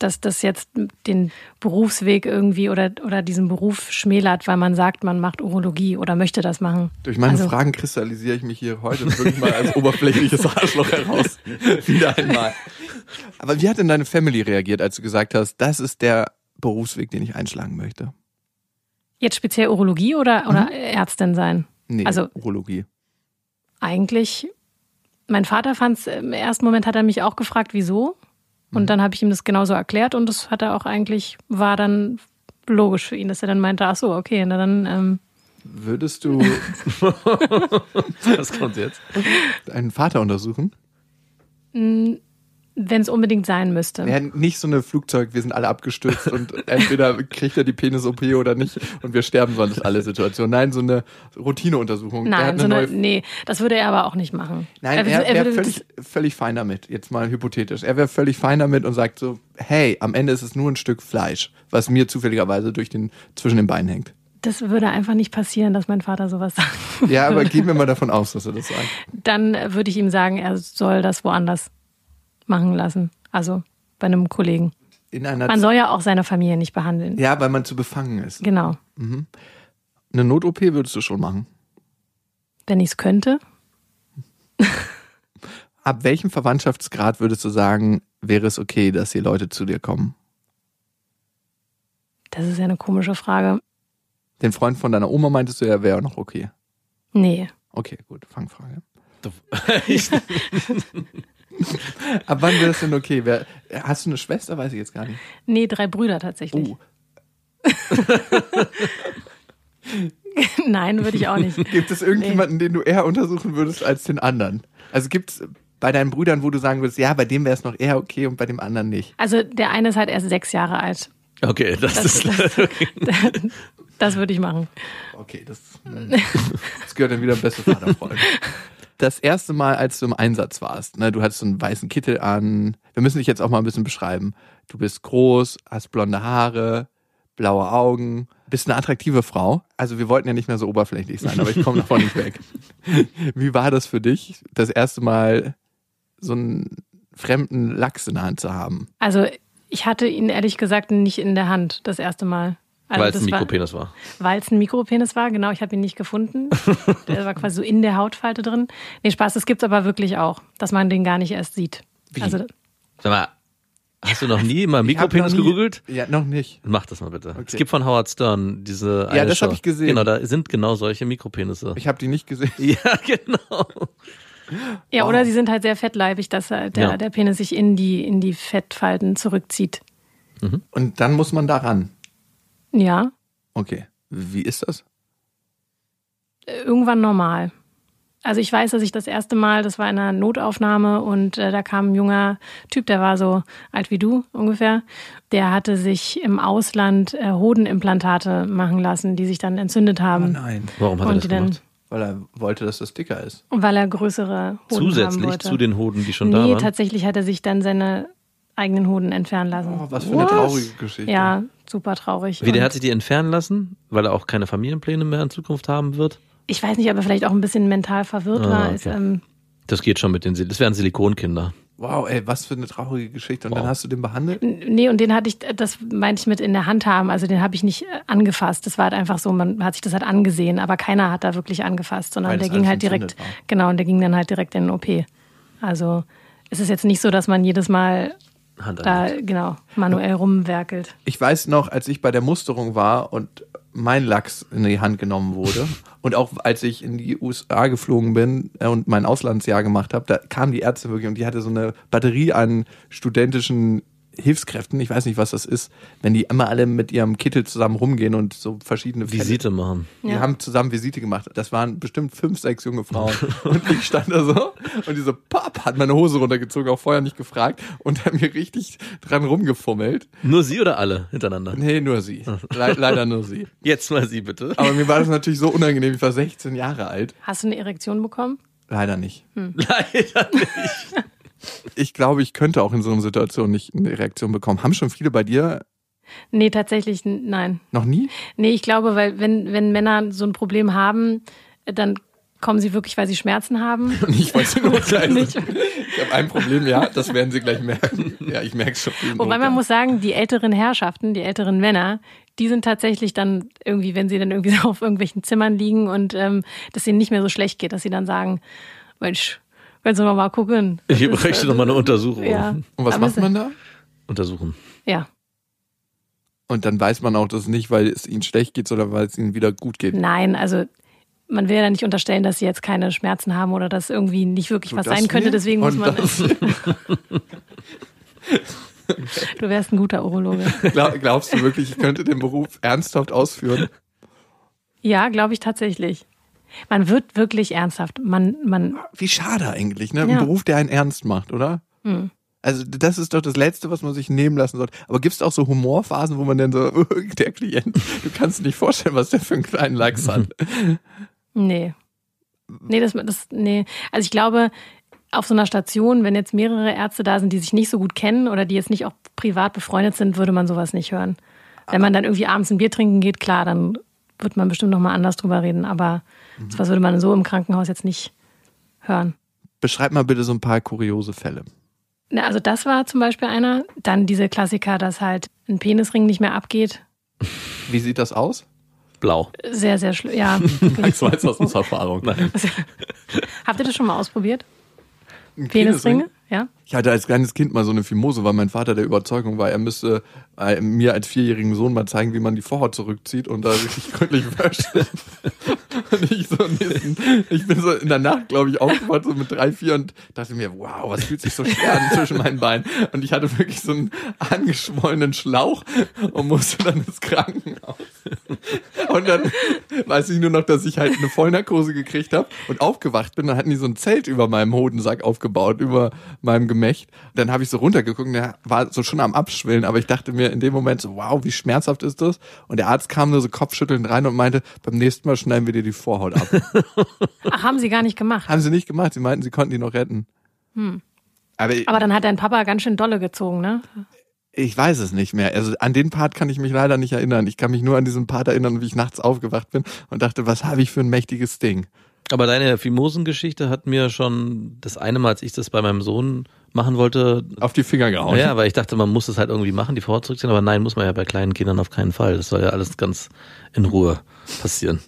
[SPEAKER 4] dass das jetzt den Berufsweg irgendwie oder, oder diesen Beruf schmälert, weil man sagt, man macht Urologie oder möchte das machen.
[SPEAKER 3] Durch meine
[SPEAKER 4] Also-
[SPEAKER 3] Fragen kristallisiere ich mich hier heute wirklich mal als oberflächliches Arschloch heraus. Wieder einmal. Aber wie hat denn deine Family reagiert, als du gesagt hast, das ist der Berufsweg, den ich einschlagen möchte?
[SPEAKER 4] Jetzt speziell Urologie oder,
[SPEAKER 3] Mhm.
[SPEAKER 4] oder Ärztin sein?
[SPEAKER 3] Nee,
[SPEAKER 4] Also-
[SPEAKER 3] Urologie.
[SPEAKER 4] eigentlich, mein Vater fand es, im ersten Moment hat er mich auch gefragt, wieso. Und
[SPEAKER 3] Mhm.
[SPEAKER 4] dann habe ich ihm das genauso erklärt und das hat er auch eigentlich, war dann logisch für ihn, dass er dann meinte, ach so, okay, na dann, ähm,
[SPEAKER 3] Würdest du
[SPEAKER 5] Was kommt jetzt?
[SPEAKER 3] deinen Vater untersuchen?
[SPEAKER 4] wenn es ähm, mm, unbedingt sein müsste.
[SPEAKER 3] Ja, nicht so eine Flugzeug, wir sind alle abgestürzt und entweder kriegt er die Penis-OP oder nicht und wir sterben sonst alle Situationen. Nein, so eine Routineuntersuchung. der hat
[SPEAKER 4] Nein,
[SPEAKER 3] eine
[SPEAKER 4] so
[SPEAKER 3] neue
[SPEAKER 4] eine, nee, das würde er aber auch nicht machen.
[SPEAKER 3] Nein,
[SPEAKER 4] er,
[SPEAKER 3] er, wäre
[SPEAKER 4] würde-
[SPEAKER 3] völlig, völlig fein damit, jetzt mal hypothetisch. Er wäre völlig fein damit und sagt so, hey, am Ende ist es nur ein Stück Fleisch, was mir zufälligerweise durch den, zwischen den Beinen hängt.
[SPEAKER 4] das, das würde einfach nicht passieren, dass mein Vater sowas sagt.
[SPEAKER 3] Ja, aber gehen wir mal davon aus, dass er das sagt.
[SPEAKER 4] Dann äh, würde ich ihm sagen, er soll das woanders machen lassen. Also bei einem Kollegen.
[SPEAKER 3] In einer
[SPEAKER 4] Man soll ja auch seine Familie nicht behandeln.
[SPEAKER 3] ja, weil man zu befangen ist.
[SPEAKER 4] Genau.
[SPEAKER 3] Eine Not-OP würdest du schon machen.
[SPEAKER 4] Wenn ich es könnte.
[SPEAKER 3] Ab welchem Verwandtschaftsgrad würdest du sagen, wäre es okay, dass die Leute zu dir kommen?
[SPEAKER 4] Das ist ja eine komische Frage.
[SPEAKER 3] Den Freund von deiner Oma meintest du ja, wäre auch noch okay.
[SPEAKER 4] Nee.
[SPEAKER 3] Okay, gut, Fangfrage. Ab wann wäre es denn okay? Wer, hast du eine Schwester? Weiß ich jetzt gar nicht.
[SPEAKER 4] Nee, drei Brüder tatsächlich.
[SPEAKER 3] Oh.
[SPEAKER 4] Nein, würde ich auch nicht.
[SPEAKER 3] Gibt es irgendjemanden, den du eher untersuchen würdest als den anderen? Also gibt es bei deinen Brüdern, wo du sagen würdest, ja, bei dem wäre es noch eher okay und bei dem anderen nicht?
[SPEAKER 4] Also der eine ist halt erst sechs Jahre alt.
[SPEAKER 5] Okay, das, ist.
[SPEAKER 4] Also Das würde ich machen.
[SPEAKER 3] Okay, das, hm. das gehört dann wieder beste Vaterfreund. Das erste Mal, als du im Einsatz warst, ne, du hattest so einen weißen Kittel an. Wir müssen dich jetzt auch mal ein bisschen beschreiben. Du bist groß, hast blonde Haare, blaue Augen, bist eine attraktive Frau. Also wir wollten ja nicht mehr so oberflächlich sein, aber ich komme davon nicht weg. Wie war das für dich, das erste Mal so einen fremden Lachs in der Hand zu haben?
[SPEAKER 4] Also Ich hatte ihn ehrlich gesagt nicht in der Hand das erste Mal. Also
[SPEAKER 5] weil es
[SPEAKER 4] das
[SPEAKER 5] ein
[SPEAKER 4] war-
[SPEAKER 5] Mikropenis war.
[SPEAKER 4] Weil es ein Mikropenis war, genau. Ich habe ihn nicht gefunden. der war quasi so in der Hautfalte drin. Nee, Spaß, das gibt es aber wirklich auch, dass man den gar nicht erst sieht.
[SPEAKER 5] Wie?
[SPEAKER 4] Also,
[SPEAKER 5] Sag mal, hast du noch nie mal
[SPEAKER 3] Ich hab
[SPEAKER 5] Mikropenis
[SPEAKER 3] noch nie-
[SPEAKER 5] gegoogelt?
[SPEAKER 3] Ja, noch nicht.
[SPEAKER 5] Mach das mal bitte. Es gibt von Howard Stern diese eine
[SPEAKER 3] Ja, das hab
[SPEAKER 5] Show.
[SPEAKER 3] ich gesehen.
[SPEAKER 5] Genau, da sind genau solche Mikropenisse.
[SPEAKER 3] Ich habe die nicht gesehen.
[SPEAKER 5] ja, genau.
[SPEAKER 4] ja, oder sie sind halt sehr fettleibig, dass er, der,
[SPEAKER 5] Oh. Ja.
[SPEAKER 4] der Penis sich in die, in die Fettfalten zurückzieht.
[SPEAKER 3] Und dann muss man da ran.
[SPEAKER 4] Ja,
[SPEAKER 3] Okay. Wie ist das?
[SPEAKER 4] irgendwann normal. Also ich weiß, dass ich das erste Mal, das war in einer Notaufnahme und äh, da kam ein junger Typ, der war so alt wie du ungefähr, der hatte sich im Ausland äh, Hodenimplantate machen lassen, die sich dann entzündet haben.
[SPEAKER 3] Oh
[SPEAKER 5] Ah,
[SPEAKER 3] Nein.
[SPEAKER 5] Warum hat er
[SPEAKER 4] Und
[SPEAKER 5] das
[SPEAKER 4] die dann-
[SPEAKER 5] gemacht?
[SPEAKER 3] Weil er wollte, dass das dicker ist.
[SPEAKER 4] Und weil er größere Hoden haben
[SPEAKER 5] Zusätzlich
[SPEAKER 4] wollte.
[SPEAKER 5] zu den Hoden, die schon da
[SPEAKER 4] Nee,
[SPEAKER 5] waren.
[SPEAKER 4] tatsächlich hat er sich dann seine eigenen Hoden entfernen lassen.
[SPEAKER 3] Oh, was für eine traurige Geschichte.
[SPEAKER 4] ja, super traurig.
[SPEAKER 5] Wie, der
[SPEAKER 4] Und
[SPEAKER 5] hat sich die entfernen lassen, weil er auch keine Familienpläne mehr in Zukunft haben wird?
[SPEAKER 4] ich weiß nicht, ob er vielleicht auch ein bisschen mental verwirrt
[SPEAKER 5] Ah,
[SPEAKER 4] war.
[SPEAKER 5] okay.
[SPEAKER 4] Ist, ähm,
[SPEAKER 5] Das geht schon mit den Sil Das wären Silikonkinder.
[SPEAKER 3] Wow, ey, was für eine traurige Geschichte. Und
[SPEAKER 5] Wow.
[SPEAKER 3] dann hast du den behandelt?
[SPEAKER 4] nee, und den hatte ich, das meinte ich mit in der Hand haben. Also den habe ich nicht äh, angefasst. Das war halt einfach so, man hat sich das halt angesehen, aber keiner hat da wirklich angefasst, sondern
[SPEAKER 3] Weil das
[SPEAKER 4] der ging
[SPEAKER 3] alles
[SPEAKER 4] halt direkt,
[SPEAKER 3] entzündet war.
[SPEAKER 4] genau, und der ging dann halt direkt in den OP. Also es ist jetzt nicht so, dass man jedes Mal
[SPEAKER 5] Hand
[SPEAKER 4] da,
[SPEAKER 5] anlegt.
[SPEAKER 4] genau, manuell rumwerkelt.
[SPEAKER 3] Ich weiß noch, als ich bei der Musterung war und mein Lachs in die Hand genommen wurde und auch als ich in die USA geflogen bin äh, und mein Auslandsjahr gemacht habe, da kamen die Ärzte wirklich und die hatte so eine Batterie an studentischen Hilfskräften. Ich weiß nicht, was das ist, wenn die immer alle mit ihrem Kittel zusammen rumgehen und so verschiedene Fälle-
[SPEAKER 5] Visite machen.
[SPEAKER 3] Die
[SPEAKER 4] Ja.
[SPEAKER 3] haben zusammen Visite gemacht. Das waren bestimmt fünf, sechs junge Frauen. Und ich stand da so und diese Pap hat meine Hose runtergezogen, auch vorher nicht gefragt und hat mir richtig dran rumgefummelt.
[SPEAKER 5] Nur sie oder alle hintereinander?
[SPEAKER 3] Nee, nur sie. Le leider nur sie.
[SPEAKER 5] Jetzt mal sie bitte.
[SPEAKER 3] Aber mir war das natürlich so unangenehm. Ich war 16 Jahre alt.
[SPEAKER 4] Hast du eine Erektion bekommen?
[SPEAKER 3] Leider nicht.
[SPEAKER 5] Leider nicht.
[SPEAKER 3] Ich glaube, ich könnte auch in so einer Situation nicht eine Reaktion bekommen. Haben schon viele bei dir
[SPEAKER 4] Nee, tatsächlich n- nein.
[SPEAKER 3] noch nie?
[SPEAKER 4] Nee, ich glaube, weil wenn, wenn Männer so ein Problem haben, äh, dann kommen sie wirklich, weil sie Schmerzen haben.
[SPEAKER 3] Ich wollte sie nur klein.
[SPEAKER 4] Nicht.
[SPEAKER 3] Ich habe ein Problem, ja, das werden sie gleich merken. Ja, ich merke schon. die
[SPEAKER 4] Wobei man
[SPEAKER 3] Not.
[SPEAKER 4] muss sagen, die älteren Herrschaften, die älteren Männer, die sind tatsächlich dann irgendwie, wenn sie dann irgendwie so auf irgendwelchen Zimmern liegen und ähm, dass ihnen nicht mehr so schlecht geht, dass sie dann sagen, Mensch, können Sie noch mal gucken. Das
[SPEAKER 5] Ich
[SPEAKER 4] ist,
[SPEAKER 5] möchte
[SPEAKER 4] äh,
[SPEAKER 5] nochmal eine Untersuchung.
[SPEAKER 4] Ja.
[SPEAKER 3] Und was
[SPEAKER 4] Aber
[SPEAKER 3] macht
[SPEAKER 4] es-
[SPEAKER 3] man da?
[SPEAKER 5] Untersuchen.
[SPEAKER 4] Ja,
[SPEAKER 3] Und dann weiß man auch das nicht, weil es ihnen schlecht geht, sondern weil es ihnen wieder gut geht.
[SPEAKER 4] nein, also man will ja nicht unterstellen, dass sie jetzt keine Schmerzen haben oder dass irgendwie nicht wirklich
[SPEAKER 3] Tu
[SPEAKER 4] was
[SPEAKER 3] das
[SPEAKER 4] sein könnte.
[SPEAKER 3] mir
[SPEAKER 4] Deswegen muss
[SPEAKER 3] und
[SPEAKER 4] man,
[SPEAKER 3] das-
[SPEAKER 4] du wärst ein guter Urologe.
[SPEAKER 3] Glaub, glaubst du wirklich, ich könnte den Beruf ernsthaft ausführen?
[SPEAKER 4] Ja, glaube ich tatsächlich. Man wird wirklich ernsthaft. Man, man,
[SPEAKER 3] Wie schade eigentlich, ne?
[SPEAKER 4] Ja. Hm.
[SPEAKER 3] Ein Beruf, der einen ernst macht, oder? Also das ist doch das Letzte, was man sich nehmen lassen sollte. Aber gibt es auch so Humorphasen, wo man dann so, "Oh, der Klient, du kannst dir nicht vorstellen, was der für einen kleinen Lachs hat.
[SPEAKER 4] nee. Nee, das, das, nee. Also ich glaube, auf so einer Station, wenn jetzt mehrere Ärzte da sind, die sich nicht so gut kennen oder die jetzt nicht auch privat befreundet sind, würde man sowas nicht hören. Wenn man dann irgendwie abends ein Bier trinken geht, klar, dann wird man bestimmt nochmal anders drüber reden. Aber sowas würde man so im Krankenhaus jetzt nicht hören.
[SPEAKER 3] Beschreib mal bitte so ein paar kuriose Fälle.
[SPEAKER 4] Na, also das war zum Beispiel einer. Dann diese Klassiker, dass halt ein Penisring nicht mehr abgeht.
[SPEAKER 3] Wie sieht das aus?
[SPEAKER 5] Blau.
[SPEAKER 4] Sehr, sehr schlimm. Ja.
[SPEAKER 3] Max weiß aus unserer Erfahrung. Nein.
[SPEAKER 4] Habt ihr das schon mal ausprobiert?
[SPEAKER 3] Ein
[SPEAKER 4] Penisringe? Ja.
[SPEAKER 3] Ich hatte als kleines Kind mal so eine Fimose, weil mein Vater der Überzeugung war, er müsste äh, mir als vierjährigen Sohn mal zeigen, wie man die Vorhaut zurückzieht und da richtig gründlich wäscht. und ich, so am nächsten, ich bin so in der Nacht, glaube ich, aufgewacht, so mit drei, vier und dachte mir, wow, was fühlt sich so schwer an zwischen meinen Beinen. Und ich hatte wirklich so einen angeschwollenen Schlauch und musste dann ins Krankenhaus. Und dann weiß ich nur noch, dass ich halt eine Vollnarkose gekriegt habe und aufgewacht bin. Dann hatten die so ein Zelt über meinem Hodensack aufgebaut, über meinem Gemächt. Dann habe ich so runtergeguckt und der war so schon am Abschwillen, aber ich dachte mir in dem Moment so, wow, wie schmerzhaft ist das? Und der Arzt kam nur so kopfschüttelnd rein und meinte, beim nächsten Mal schneiden wir dir die Vorhaut ab.
[SPEAKER 4] Ach, haben sie gar nicht gemacht.
[SPEAKER 3] Haben sie nicht gemacht, sie meinten, sie konnten die noch retten. Aber,
[SPEAKER 4] Aber dann hat dein Papa ganz schön dolle gezogen, ne?
[SPEAKER 3] Ich weiß es nicht mehr. Also an den Part kann ich mich leider nicht erinnern. Ich kann mich nur an diesen Part erinnern, wie ich nachts aufgewacht bin und dachte, was habe ich für ein mächtiges Ding?
[SPEAKER 5] Aber deine Fimosengeschichte hat mir schon das eine Mal, als ich das bei meinem Sohn machen wollte.
[SPEAKER 3] Auf die Finger gehauen.
[SPEAKER 5] Ja, weil ich dachte, man muss es halt irgendwie machen, die Frau zurückziehen, aber nein, muss man ja bei kleinen Kindern auf keinen Fall. Das soll ja alles ganz in Ruhe passieren.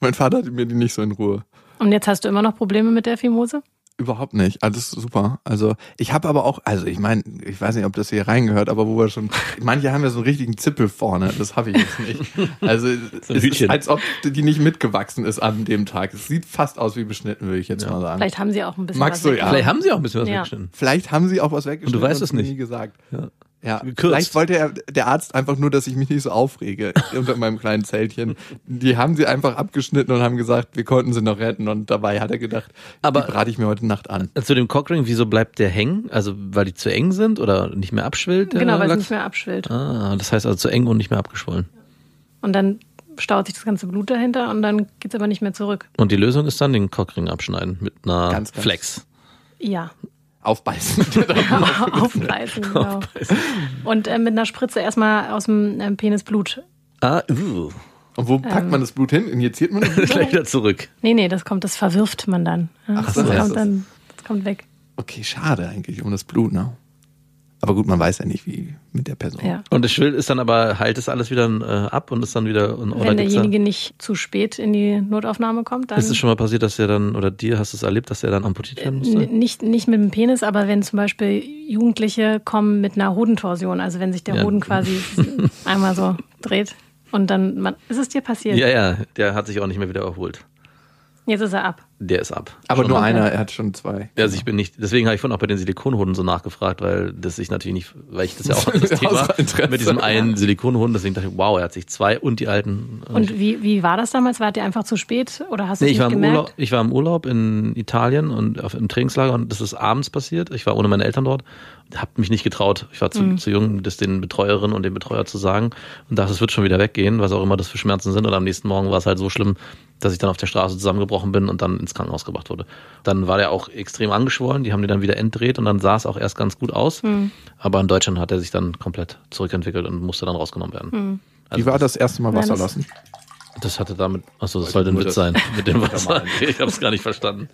[SPEAKER 3] Mein Vater hat mir die nicht so in Ruhe.
[SPEAKER 4] Und jetzt hast du immer noch Probleme mit der Fimose?
[SPEAKER 3] Überhaupt nicht. Alles super. Also ich habe aber auch, also ich meine, ich weiß nicht, ob das hier reingehört, aber wo wir schon, manche haben ja so einen richtigen Zippel vorne. Das habe ich jetzt nicht. Also
[SPEAKER 5] ein
[SPEAKER 3] es ist,
[SPEAKER 5] Hütchen.
[SPEAKER 3] als ob die nicht mitgewachsen ist an dem Tag. Es sieht fast aus wie beschnitten, würde ich jetzt mal sagen.
[SPEAKER 4] Vielleicht haben sie auch ein bisschen
[SPEAKER 3] Magst
[SPEAKER 4] was
[SPEAKER 3] du, ja.
[SPEAKER 5] Vielleicht haben sie auch ein bisschen was
[SPEAKER 4] Ja.
[SPEAKER 5] weggeschnitten.
[SPEAKER 3] Vielleicht haben sie auch was weggeschnitten.
[SPEAKER 5] Und du weißt es
[SPEAKER 3] mir
[SPEAKER 5] nicht.
[SPEAKER 3] Nie gesagt.
[SPEAKER 5] Ja.
[SPEAKER 3] Ja,
[SPEAKER 5] Gekürzt.
[SPEAKER 3] vielleicht wollte er, der Arzt einfach nur, dass ich mich nicht so aufrege unter meinem kleinen Zeltchen. Die haben sie einfach abgeschnitten und haben gesagt, wir konnten sie noch retten. Und dabei hat er gedacht,
[SPEAKER 5] Aber-
[SPEAKER 3] die brate ich mir heute Nacht an.
[SPEAKER 5] Also Zu dem Cockring, wieso bleibt der hängen? Also weil die zu eng sind oder nicht mehr abschwillt? Der
[SPEAKER 4] Genau, weil es
[SPEAKER 5] äh, Lachs?
[SPEAKER 4] nicht mehr abschwillt.
[SPEAKER 5] Ah, das heißt also zu eng und nicht mehr abgeschwollen.
[SPEAKER 4] Und dann staut sich das ganze Blut dahinter und dann geht's aber nicht mehr zurück.
[SPEAKER 5] Und die Lösung ist dann den Cockring abschneiden mit einer
[SPEAKER 3] Ganz, ganz-
[SPEAKER 5] Flex.
[SPEAKER 4] Ja,
[SPEAKER 3] Aufbeißen. Genau.
[SPEAKER 4] aufreißen, genau. Und äh, mit einer Spritze erstmal aus dem ähm, Penis Blut.
[SPEAKER 5] Ah, uh,
[SPEAKER 3] Und wo packt man das Blut hin? Injiziert man das? Blut?
[SPEAKER 5] gleich wieder zurück.
[SPEAKER 4] Nee, nee, das kommt, das verwirft man dann. Ja,
[SPEAKER 3] Ach so,
[SPEAKER 4] das
[SPEAKER 3] ja.
[SPEAKER 4] kommt dann, das kommt weg.
[SPEAKER 3] Okay, schade eigentlich um das Blut, ne? Aber gut, man weiß ja nicht, wie mit der Person.
[SPEAKER 4] Ja.
[SPEAKER 5] Und das Schwill ist dann aber, heilt es alles wieder äh, ab und ist dann wieder, und- oder
[SPEAKER 4] Wenn
[SPEAKER 5] gibt's
[SPEAKER 4] derjenige nicht zu spät in die Notaufnahme kommt,
[SPEAKER 5] da,
[SPEAKER 4] dann
[SPEAKER 5] ist es schon mal passiert, dass er dann, oder dir hast du es erlebt, dass er dann amputiert werden musste?
[SPEAKER 4] N- Nicht, nicht mit dem Penis, aber wenn zum Beispiel Jugendliche kommen mit einer Hodentorsion, also wenn sich der
[SPEAKER 5] Ja.
[SPEAKER 4] Hoden quasi einmal so dreht und dann, man, ist es dir passiert?
[SPEAKER 5] Ja, ja, der hat sich auch nicht mehr wieder erholt.
[SPEAKER 4] Jetzt ist er ab.
[SPEAKER 5] Der ist ab.
[SPEAKER 3] Aber
[SPEAKER 5] Schon
[SPEAKER 3] nur
[SPEAKER 5] ab.
[SPEAKER 3] einer, er hat schon zwei.
[SPEAKER 5] Also ich bin nicht, deswegen habe ich vorhin auch bei den Silikonhunden so nachgefragt, weil das ich natürlich nicht, weil ich das ja auch
[SPEAKER 3] Das
[SPEAKER 5] das
[SPEAKER 3] ist
[SPEAKER 5] Thema
[SPEAKER 3] außer Interesse.
[SPEAKER 5] mit diesem einen Silikonhund, deswegen dachte ich, wow, er hat sich zwei und die alten. äh,
[SPEAKER 4] Und wie, wie war das damals? Wart ihr einfach zu spät oder hast du
[SPEAKER 5] Nee,
[SPEAKER 4] es
[SPEAKER 5] ich
[SPEAKER 4] nicht
[SPEAKER 5] war, im
[SPEAKER 4] gemerkt?
[SPEAKER 5] Urlaub, ich war im Urlaub in Italien und auf, im Trainingslager und das ist abends passiert. Ich war ohne meine Eltern dort, hab mich nicht getraut. Ich war zu,
[SPEAKER 4] Mhm.
[SPEAKER 5] zu jung, um das den Betreuerinnen und dem Betreuer zu sagen und dachte, es wird schon wieder weggehen, was auch immer das für Schmerzen sind. Und am nächsten Morgen war es halt so schlimm, dass ich dann auf der Straße zusammengebrochen bin und dann ins Krankenhaus gebracht wurde. Dann war der auch extrem angeschwollen, die haben den dann wieder entdreht und dann sah es auch erst ganz gut aus.
[SPEAKER 4] Mhm.
[SPEAKER 5] Aber in Deutschland hat er sich dann komplett zurückentwickelt und musste dann rausgenommen werden.
[SPEAKER 4] Mhm.
[SPEAKER 5] also
[SPEAKER 3] Wie war das erste Mal
[SPEAKER 4] Nein,
[SPEAKER 3] Wasser
[SPEAKER 4] das-
[SPEAKER 3] lassen?
[SPEAKER 5] Das hatte damit. Achso, das sollte ein
[SPEAKER 3] nur das-
[SPEAKER 5] Witz sein mit dem Wasser. Ich habe es gar nicht verstanden.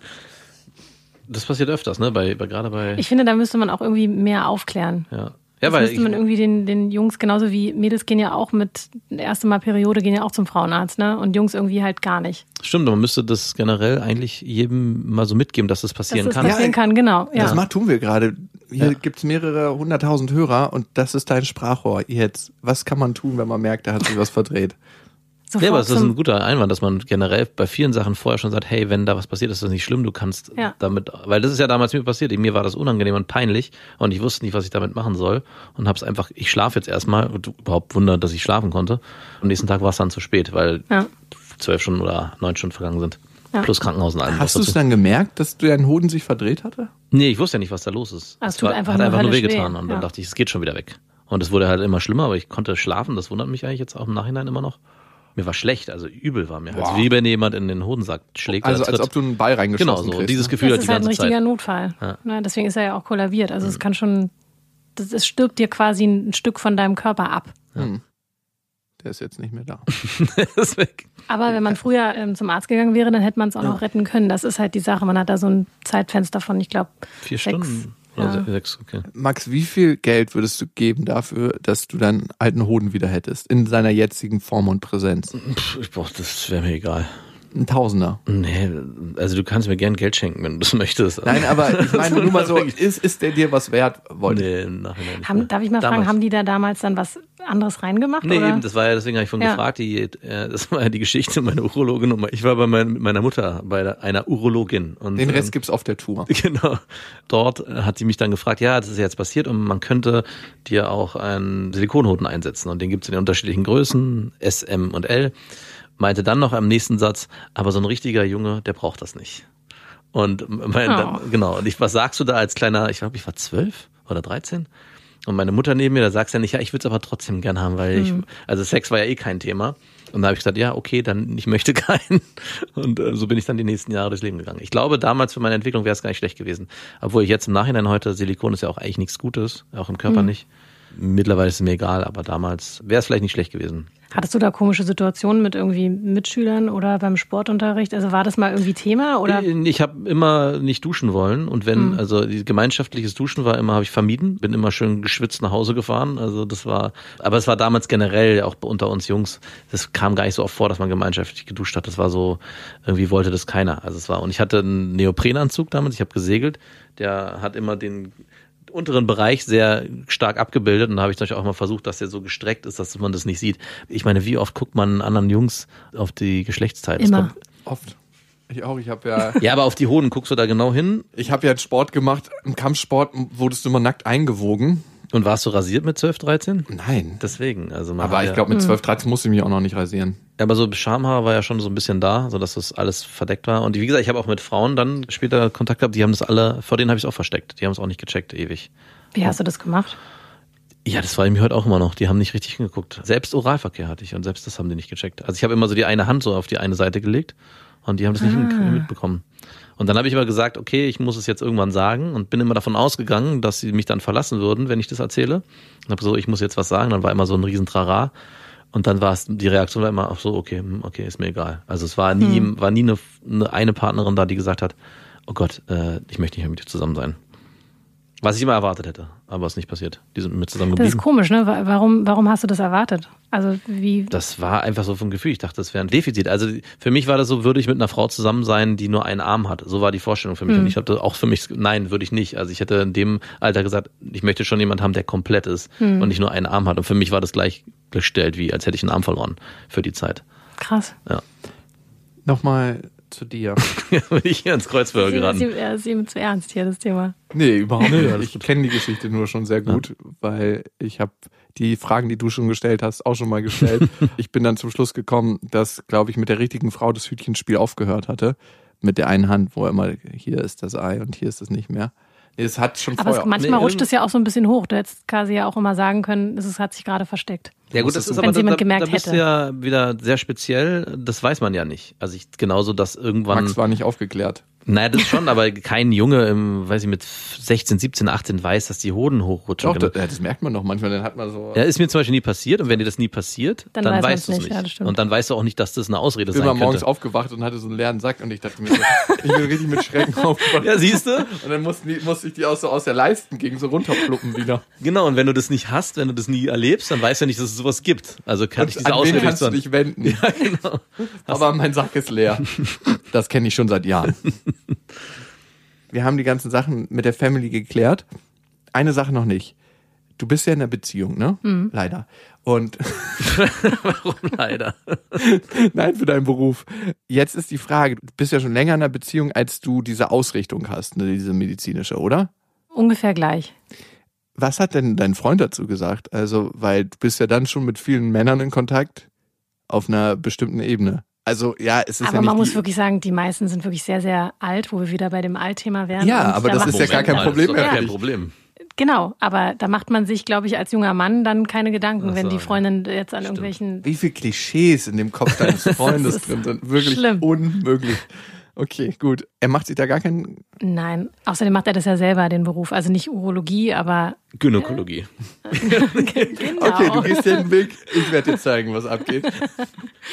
[SPEAKER 5] Das passiert öfters, ne? Bei, bei gerade bei.
[SPEAKER 4] Ich finde, da müsste man auch irgendwie mehr aufklären.
[SPEAKER 5] ja.
[SPEAKER 4] Das
[SPEAKER 5] Ja, weil
[SPEAKER 4] müsste man
[SPEAKER 5] ich,
[SPEAKER 4] irgendwie den, den Jungs, genauso wie Mädels gehen ja auch mit, erste Mal Periode gehen ja auch zum Frauenarzt, ne? Und Jungs irgendwie halt gar nicht.
[SPEAKER 5] stimmt, man müsste das generell eigentlich jedem mal so mitgeben, dass das
[SPEAKER 4] Dass
[SPEAKER 5] passieren
[SPEAKER 4] das
[SPEAKER 5] kann.
[SPEAKER 4] passieren
[SPEAKER 3] Ja,
[SPEAKER 4] kann, genau. Ja.
[SPEAKER 3] Das macht, tun wir gerade. Hier
[SPEAKER 5] Ja.
[SPEAKER 3] gibt's mehrere hunderttausend Hörer und das ist dein Sprachrohr jetzt. Was kann man tun, wenn man merkt, da hat sich was verdreht?
[SPEAKER 4] Sofort
[SPEAKER 5] Ja, aber es ist
[SPEAKER 4] zum-
[SPEAKER 5] ein guter Einwand, dass man generell bei vielen Sachen vorher schon sagt, hey, wenn da was passiert, ist das nicht schlimm, du kannst
[SPEAKER 4] Ja.
[SPEAKER 5] damit, weil das ist ja damals mir passiert, mir war das unangenehm und peinlich und ich wusste nicht, was ich damit machen soll und hab's einfach, ich schlafe jetzt erstmal und überhaupt wundert, dass ich schlafen konnte. Am nächsten Tag war es dann zu spät, weil
[SPEAKER 4] Ja.
[SPEAKER 5] zwölf Stunden oder neun Stunden vergangen sind.
[SPEAKER 4] Ja.
[SPEAKER 5] Plus Krankenhaus und allem. was
[SPEAKER 3] Hast du es
[SPEAKER 5] dazu.
[SPEAKER 3] dann gemerkt, dass dein Hoden sich verdreht hatte?
[SPEAKER 5] Nee, ich wusste ja nicht, was da los ist.
[SPEAKER 4] Ah, es
[SPEAKER 5] Es
[SPEAKER 4] tut
[SPEAKER 5] war-
[SPEAKER 4] einfach
[SPEAKER 5] hat
[SPEAKER 4] nur
[SPEAKER 5] einfach nur
[SPEAKER 4] höllisch
[SPEAKER 5] wehgetan
[SPEAKER 4] weh,
[SPEAKER 5] und dann
[SPEAKER 4] ja.
[SPEAKER 5] dachte ich, es geht schon wieder weg. Und es wurde halt immer schlimmer, aber ich konnte schlafen, das wundert mich eigentlich jetzt auch im Nachhinein immer noch. Mir war schlecht, also übel war mir.
[SPEAKER 3] Wow.
[SPEAKER 5] Als wie wenn jemand in den Hodensack schlägt.
[SPEAKER 3] Also
[SPEAKER 5] oder
[SPEAKER 3] als
[SPEAKER 5] tritt.
[SPEAKER 3] ob du einen Ball reingeschossen
[SPEAKER 5] Genau so.
[SPEAKER 3] kriegst.
[SPEAKER 5] Dieses
[SPEAKER 3] ne?
[SPEAKER 5] Gefühl
[SPEAKER 4] das
[SPEAKER 5] die
[SPEAKER 4] ist halt ein
[SPEAKER 5] ganze
[SPEAKER 4] richtiger
[SPEAKER 5] Zeit.
[SPEAKER 4] Notfall.
[SPEAKER 5] Ja. Mhm.
[SPEAKER 4] Ne? Deswegen ist er ja auch kollabiert. Also es kann schon, das, es stirbt dir quasi ein Stück von deinem Körper ab.
[SPEAKER 3] Hm. Der ist jetzt nicht mehr da.
[SPEAKER 5] ist weg.
[SPEAKER 4] Aber wenn man früher ähm, zum Arzt gegangen wäre, dann hätte man es auch noch retten können. Das ist halt die Sache. Man hat da so ein Zeitfenster von, ich glaube,
[SPEAKER 5] Vier
[SPEAKER 4] sechs.
[SPEAKER 5] Stunden. Oder
[SPEAKER 4] Ja.
[SPEAKER 5] se- sechs, okay.
[SPEAKER 3] Max, wie viel Geld würdest du geben dafür, dass du deinen alten Hoden wieder hättest? In seiner jetzigen Form und Präsenz?
[SPEAKER 5] Pff, ich- boah, das wäre mir egal.
[SPEAKER 3] Ein Tausender.
[SPEAKER 5] Nee, also du kannst mir gern Geld schenken, wenn du das möchtest.
[SPEAKER 3] Nein, aber ich meine nur mal so, ist, ist der dir was wert? Wollte.
[SPEAKER 5] Nee, im Nachhinein nicht mehr.
[SPEAKER 4] haben, darf ich mal
[SPEAKER 5] Damals.
[SPEAKER 4] fragen, haben die da damals dann was anderes reingemacht?
[SPEAKER 5] Nee,
[SPEAKER 4] oder?
[SPEAKER 5] eben, das war ja, deswegen habe ich von
[SPEAKER 4] Ja.
[SPEAKER 5] gefragt, die, äh, das war ja die Geschichte meiner Urologin. und me- Ich war bei mein, mit meiner Mutter, bei der- einer Urologin. Und,
[SPEAKER 3] Den Rest
[SPEAKER 5] ähm,
[SPEAKER 3] gibt's auf der Tour.
[SPEAKER 5] Genau. Dort äh, hat sie mich dann gefragt, ja, das ist jetzt passiert und man könnte dir auch einen Silikonhoden einsetzen. Und den gibt's in den unterschiedlichen Größen, S, M und L. Meinte dann noch am nächsten Satz, aber so ein richtiger Junge, der braucht das nicht. Und mein,
[SPEAKER 4] Oh.
[SPEAKER 5] dann, genau, und ich, was sagst du da als kleiner, ich glaube, ich war zwölf oder dreizehn? Und meine Mutter neben mir, da sagst du ja nicht, ja, ich würde es aber trotzdem gern haben, weil ich, also Sex war ja eh kein Thema. Und da habe ich gesagt, ja, okay, dann ich möchte keinen. Und äh, so bin ich dann die nächsten Jahre durchs Leben gegangen. Ich glaube, damals für meine Entwicklung wäre es gar nicht schlecht gewesen. Obwohl ich jetzt im Nachhinein heute, Silikon ist ja auch eigentlich nichts Gutes, auch im Körper nicht. Mittlerweile ist es mir egal, aber damals wäre es vielleicht nicht schlecht gewesen.
[SPEAKER 4] Hattest du da komische Situationen mit irgendwie Mitschülern oder beim Sportunterricht? Also war das mal irgendwie Thema oder?
[SPEAKER 5] Äh,
[SPEAKER 4] Hm.
[SPEAKER 5] Ich habe immer nicht duschen wollen und wenn, also die- gemeinschaftliches Duschen war immer, habe ich vermieden, bin immer schön geschwitzt nach Hause gefahren. Also das war, aber es war damals generell auch unter uns Jungs, das kam gar nicht so oft vor, dass man gemeinschaftlich geduscht hat. Das war so, irgendwie wollte das keiner. Also es war, und ich hatte einen Neoprenanzug damals, ich habe gesegelt, der hat immer den unteren Bereich sehr stark abgebildet und da habe ich natürlich auch mal versucht, dass der so gestreckt ist, dass man das nicht sieht. Ich meine, wie oft guckt man anderen Jungs auf die Geschlechtsteile? Das
[SPEAKER 4] Immer.
[SPEAKER 5] kommt-
[SPEAKER 3] Oft. Ich auch. Ich habe ja,
[SPEAKER 5] Ja, aber auf die Hoden guckst du da genau hin
[SPEAKER 3] ich habe ja Sport gemacht. Im Kampfsport wurdest du immer nackt eingewogen.
[SPEAKER 5] und warst du rasiert mit 12, 13?
[SPEAKER 3] Nein.
[SPEAKER 5] Deswegen, also man
[SPEAKER 3] Aber
[SPEAKER 5] hat
[SPEAKER 3] ich
[SPEAKER 5] ja-
[SPEAKER 3] glaube, mit 12, 13 musste ich mich auch noch nicht rasieren.
[SPEAKER 5] aber so Schamhaar war ja schon so ein bisschen da, so dass das alles verdeckt war. Und wie gesagt, ich habe auch mit Frauen dann später Kontakt gehabt, die haben das alle, vor denen habe ich es auch versteckt. Die haben es auch nicht gecheckt, ewig.
[SPEAKER 4] Wie hast du das gemacht?
[SPEAKER 5] Ja, das war mir heute auch immer noch. Die haben nicht richtig hingeguckt. Selbst Oralverkehr hatte ich und selbst das haben die nicht gecheckt. Also ich habe immer so die eine Hand so auf die eine Seite gelegt und die haben das nicht
[SPEAKER 3] Ah.
[SPEAKER 5] hin- mitbekommen. Und dann habe ich immer gesagt, okay, ich muss es jetzt irgendwann sagen und bin immer davon ausgegangen, dass sie mich dann verlassen würden, wenn ich das erzähle. Und habe so, ich muss jetzt was sagen. Dann war immer so ein riesen Trara. Und dann war es, die Reaktion war immer, ach so, okay, hm, okay, ist mir egal. Also es war nie, war nie eine, eine, eine Partnerin da, die gesagt hat, oh Gott, äh, ich möchte nicht mehr mit dir zusammen sein. Was ich immer erwartet hätte, aber es ist nicht passiert. Die sind mit zusammen
[SPEAKER 4] Das ist
[SPEAKER 5] geblieben.
[SPEAKER 4] komisch, ne? Wa- Warum, warum hast du das erwartet? Also wie?
[SPEAKER 5] Das war einfach so vom Gefühl. Ich dachte, das wäre ein Defizit. Also für mich war das so, würde ich mit einer Frau zusammen sein, die nur einen Arm hat. So war die Vorstellung für mich.
[SPEAKER 4] Hm.
[SPEAKER 5] Und ich habe auch für mich, nein, würde ich nicht. Also ich hätte in dem Alter gesagt, ich möchte schon jemand haben, der komplett ist
[SPEAKER 4] Hm.
[SPEAKER 5] und nicht nur einen Arm hat. Und für mich war das gleichgestellt, wie als hätte ich einen Arm verloren für die Zeit.
[SPEAKER 4] Krass.
[SPEAKER 3] Nochmal zu dir.
[SPEAKER 5] Jetzt bin ich hier ans Kreuz
[SPEAKER 4] Sie- Sie,
[SPEAKER 5] geraten.
[SPEAKER 4] er ist ihm zu ernst hier, das Thema.
[SPEAKER 3] Nee, überhaupt
[SPEAKER 5] Nee,
[SPEAKER 3] nicht.
[SPEAKER 5] alles
[SPEAKER 3] Ich kenne die Geschichte nur schon sehr gut, weil ich habe die Fragen, die du schon gestellt hast, auch schon mal gestellt. ich bin dann zum Schluss gekommen, dass, glaube ich, mit der richtigen Frau das Hütchenspiel aufgehört hatte. Mit der einen Hand, wo er immer, hier ist das Ei und hier ist es nicht mehr. Nee, es hat schon
[SPEAKER 4] Aber es,
[SPEAKER 3] vorher.
[SPEAKER 4] manchmal
[SPEAKER 5] Nee,
[SPEAKER 4] rutscht es ja auch so ein bisschen hoch. Du hättest quasi ja auch immer sagen können, es ist- hat sich gerade versteckt.
[SPEAKER 5] Ja gut,
[SPEAKER 3] Muss
[SPEAKER 5] das
[SPEAKER 3] das
[SPEAKER 5] ist
[SPEAKER 3] so-
[SPEAKER 5] aber
[SPEAKER 4] Wenn's jemand
[SPEAKER 5] da,
[SPEAKER 4] gemerkt
[SPEAKER 5] da bist du
[SPEAKER 4] hätte.
[SPEAKER 5] ja wieder sehr speziell. Das weiß man ja nicht. Also ich genauso, dass irgendwann
[SPEAKER 3] Max war nicht aufgeklärt.
[SPEAKER 5] Naja, das schon, aber kein Junge, im, weiß ich, mit 16, 17, 18 weiß, dass die Hoden hochrutschen.
[SPEAKER 3] Doch, das, ja, das merkt man doch manchmal. Dann hat man so.
[SPEAKER 5] Ja, ist mir zum Beispiel nie passiert und wenn dir das nie passiert, dann,
[SPEAKER 4] Dann weiß man's
[SPEAKER 5] weißt du es
[SPEAKER 4] nicht.
[SPEAKER 5] nicht.
[SPEAKER 4] Ja, das stimmt.
[SPEAKER 5] und dann weißt du auch nicht, dass das eine Ausrede
[SPEAKER 3] ich bin mal
[SPEAKER 5] sein
[SPEAKER 3] morgens
[SPEAKER 5] könnte.
[SPEAKER 3] aufgewacht und hatte so einen leeren Sack und ich dachte mir, so, ich bin richtig mit Schrecken aufgewacht.
[SPEAKER 5] Ja, siehst du?
[SPEAKER 3] Und dann mussten die, musste ich die auch so aus der Leisten gegen so runterpluppen wieder.
[SPEAKER 5] Genau, und wenn du das nicht hast, wenn du das nie erlebst, dann weißt du ja nicht, dass es sowas gibt. Also kann ich
[SPEAKER 3] Und
[SPEAKER 5] diese
[SPEAKER 3] an wen
[SPEAKER 5] Ausrede nicht
[SPEAKER 3] kannst du
[SPEAKER 5] sagen.
[SPEAKER 3] dich wenden?
[SPEAKER 5] Genau.
[SPEAKER 3] Aber mein Sack ist leer. Das kenne ich schon seit Jahren. Wir haben die ganzen Sachen mit der Family geklärt. Eine Sache noch nicht. Du bist ja in einer Beziehung, ne? Leider. Und
[SPEAKER 5] Warum leider?
[SPEAKER 3] nein, für deinen Beruf. Jetzt ist die Frage, du bist ja schon länger in einer Beziehung, als du diese Ausrichtung hast, ne, diese medizinische, oder?
[SPEAKER 4] Ungefähr gleich.
[SPEAKER 3] Was hat denn dein Freund dazu gesagt? Also, weil du bist ja dann schon mit vielen Männern in Kontakt auf einer bestimmten Ebene. Also, ja, es ist
[SPEAKER 4] Aber
[SPEAKER 3] ja nicht
[SPEAKER 4] man muss
[SPEAKER 3] die,
[SPEAKER 4] wirklich sagen, die meisten sind wirklich sehr, sehr alt, wo wir wieder bei dem Altthema wären.
[SPEAKER 3] Ja,
[SPEAKER 4] Und
[SPEAKER 3] aber
[SPEAKER 4] da
[SPEAKER 3] das
[SPEAKER 4] macht-
[SPEAKER 3] ist ja gar kein
[SPEAKER 5] mal,
[SPEAKER 3] Problem
[SPEAKER 5] das ist doch
[SPEAKER 3] mehr.
[SPEAKER 5] Kein Problem.
[SPEAKER 4] Genau, aber da macht man sich, glaube ich, als junger Mann dann keine Gedanken,
[SPEAKER 5] Ach
[SPEAKER 4] wenn
[SPEAKER 5] so.
[SPEAKER 4] die Freundin jetzt an irgendwelchen.
[SPEAKER 3] wie viele Klischees in dem Kopf deines Freundes
[SPEAKER 4] ist
[SPEAKER 3] drin sind. Wirklich
[SPEAKER 4] schlimm.
[SPEAKER 3] unmöglich. Okay, gut. Er macht sich da gar keinen.
[SPEAKER 4] Nein, außerdem macht er das ja selber, den Beruf. Also nicht Urologie, aber
[SPEAKER 5] Gynäkologie.
[SPEAKER 4] genau.
[SPEAKER 3] Okay, du gehst den Weg. Ich werde dir zeigen, was abgeht.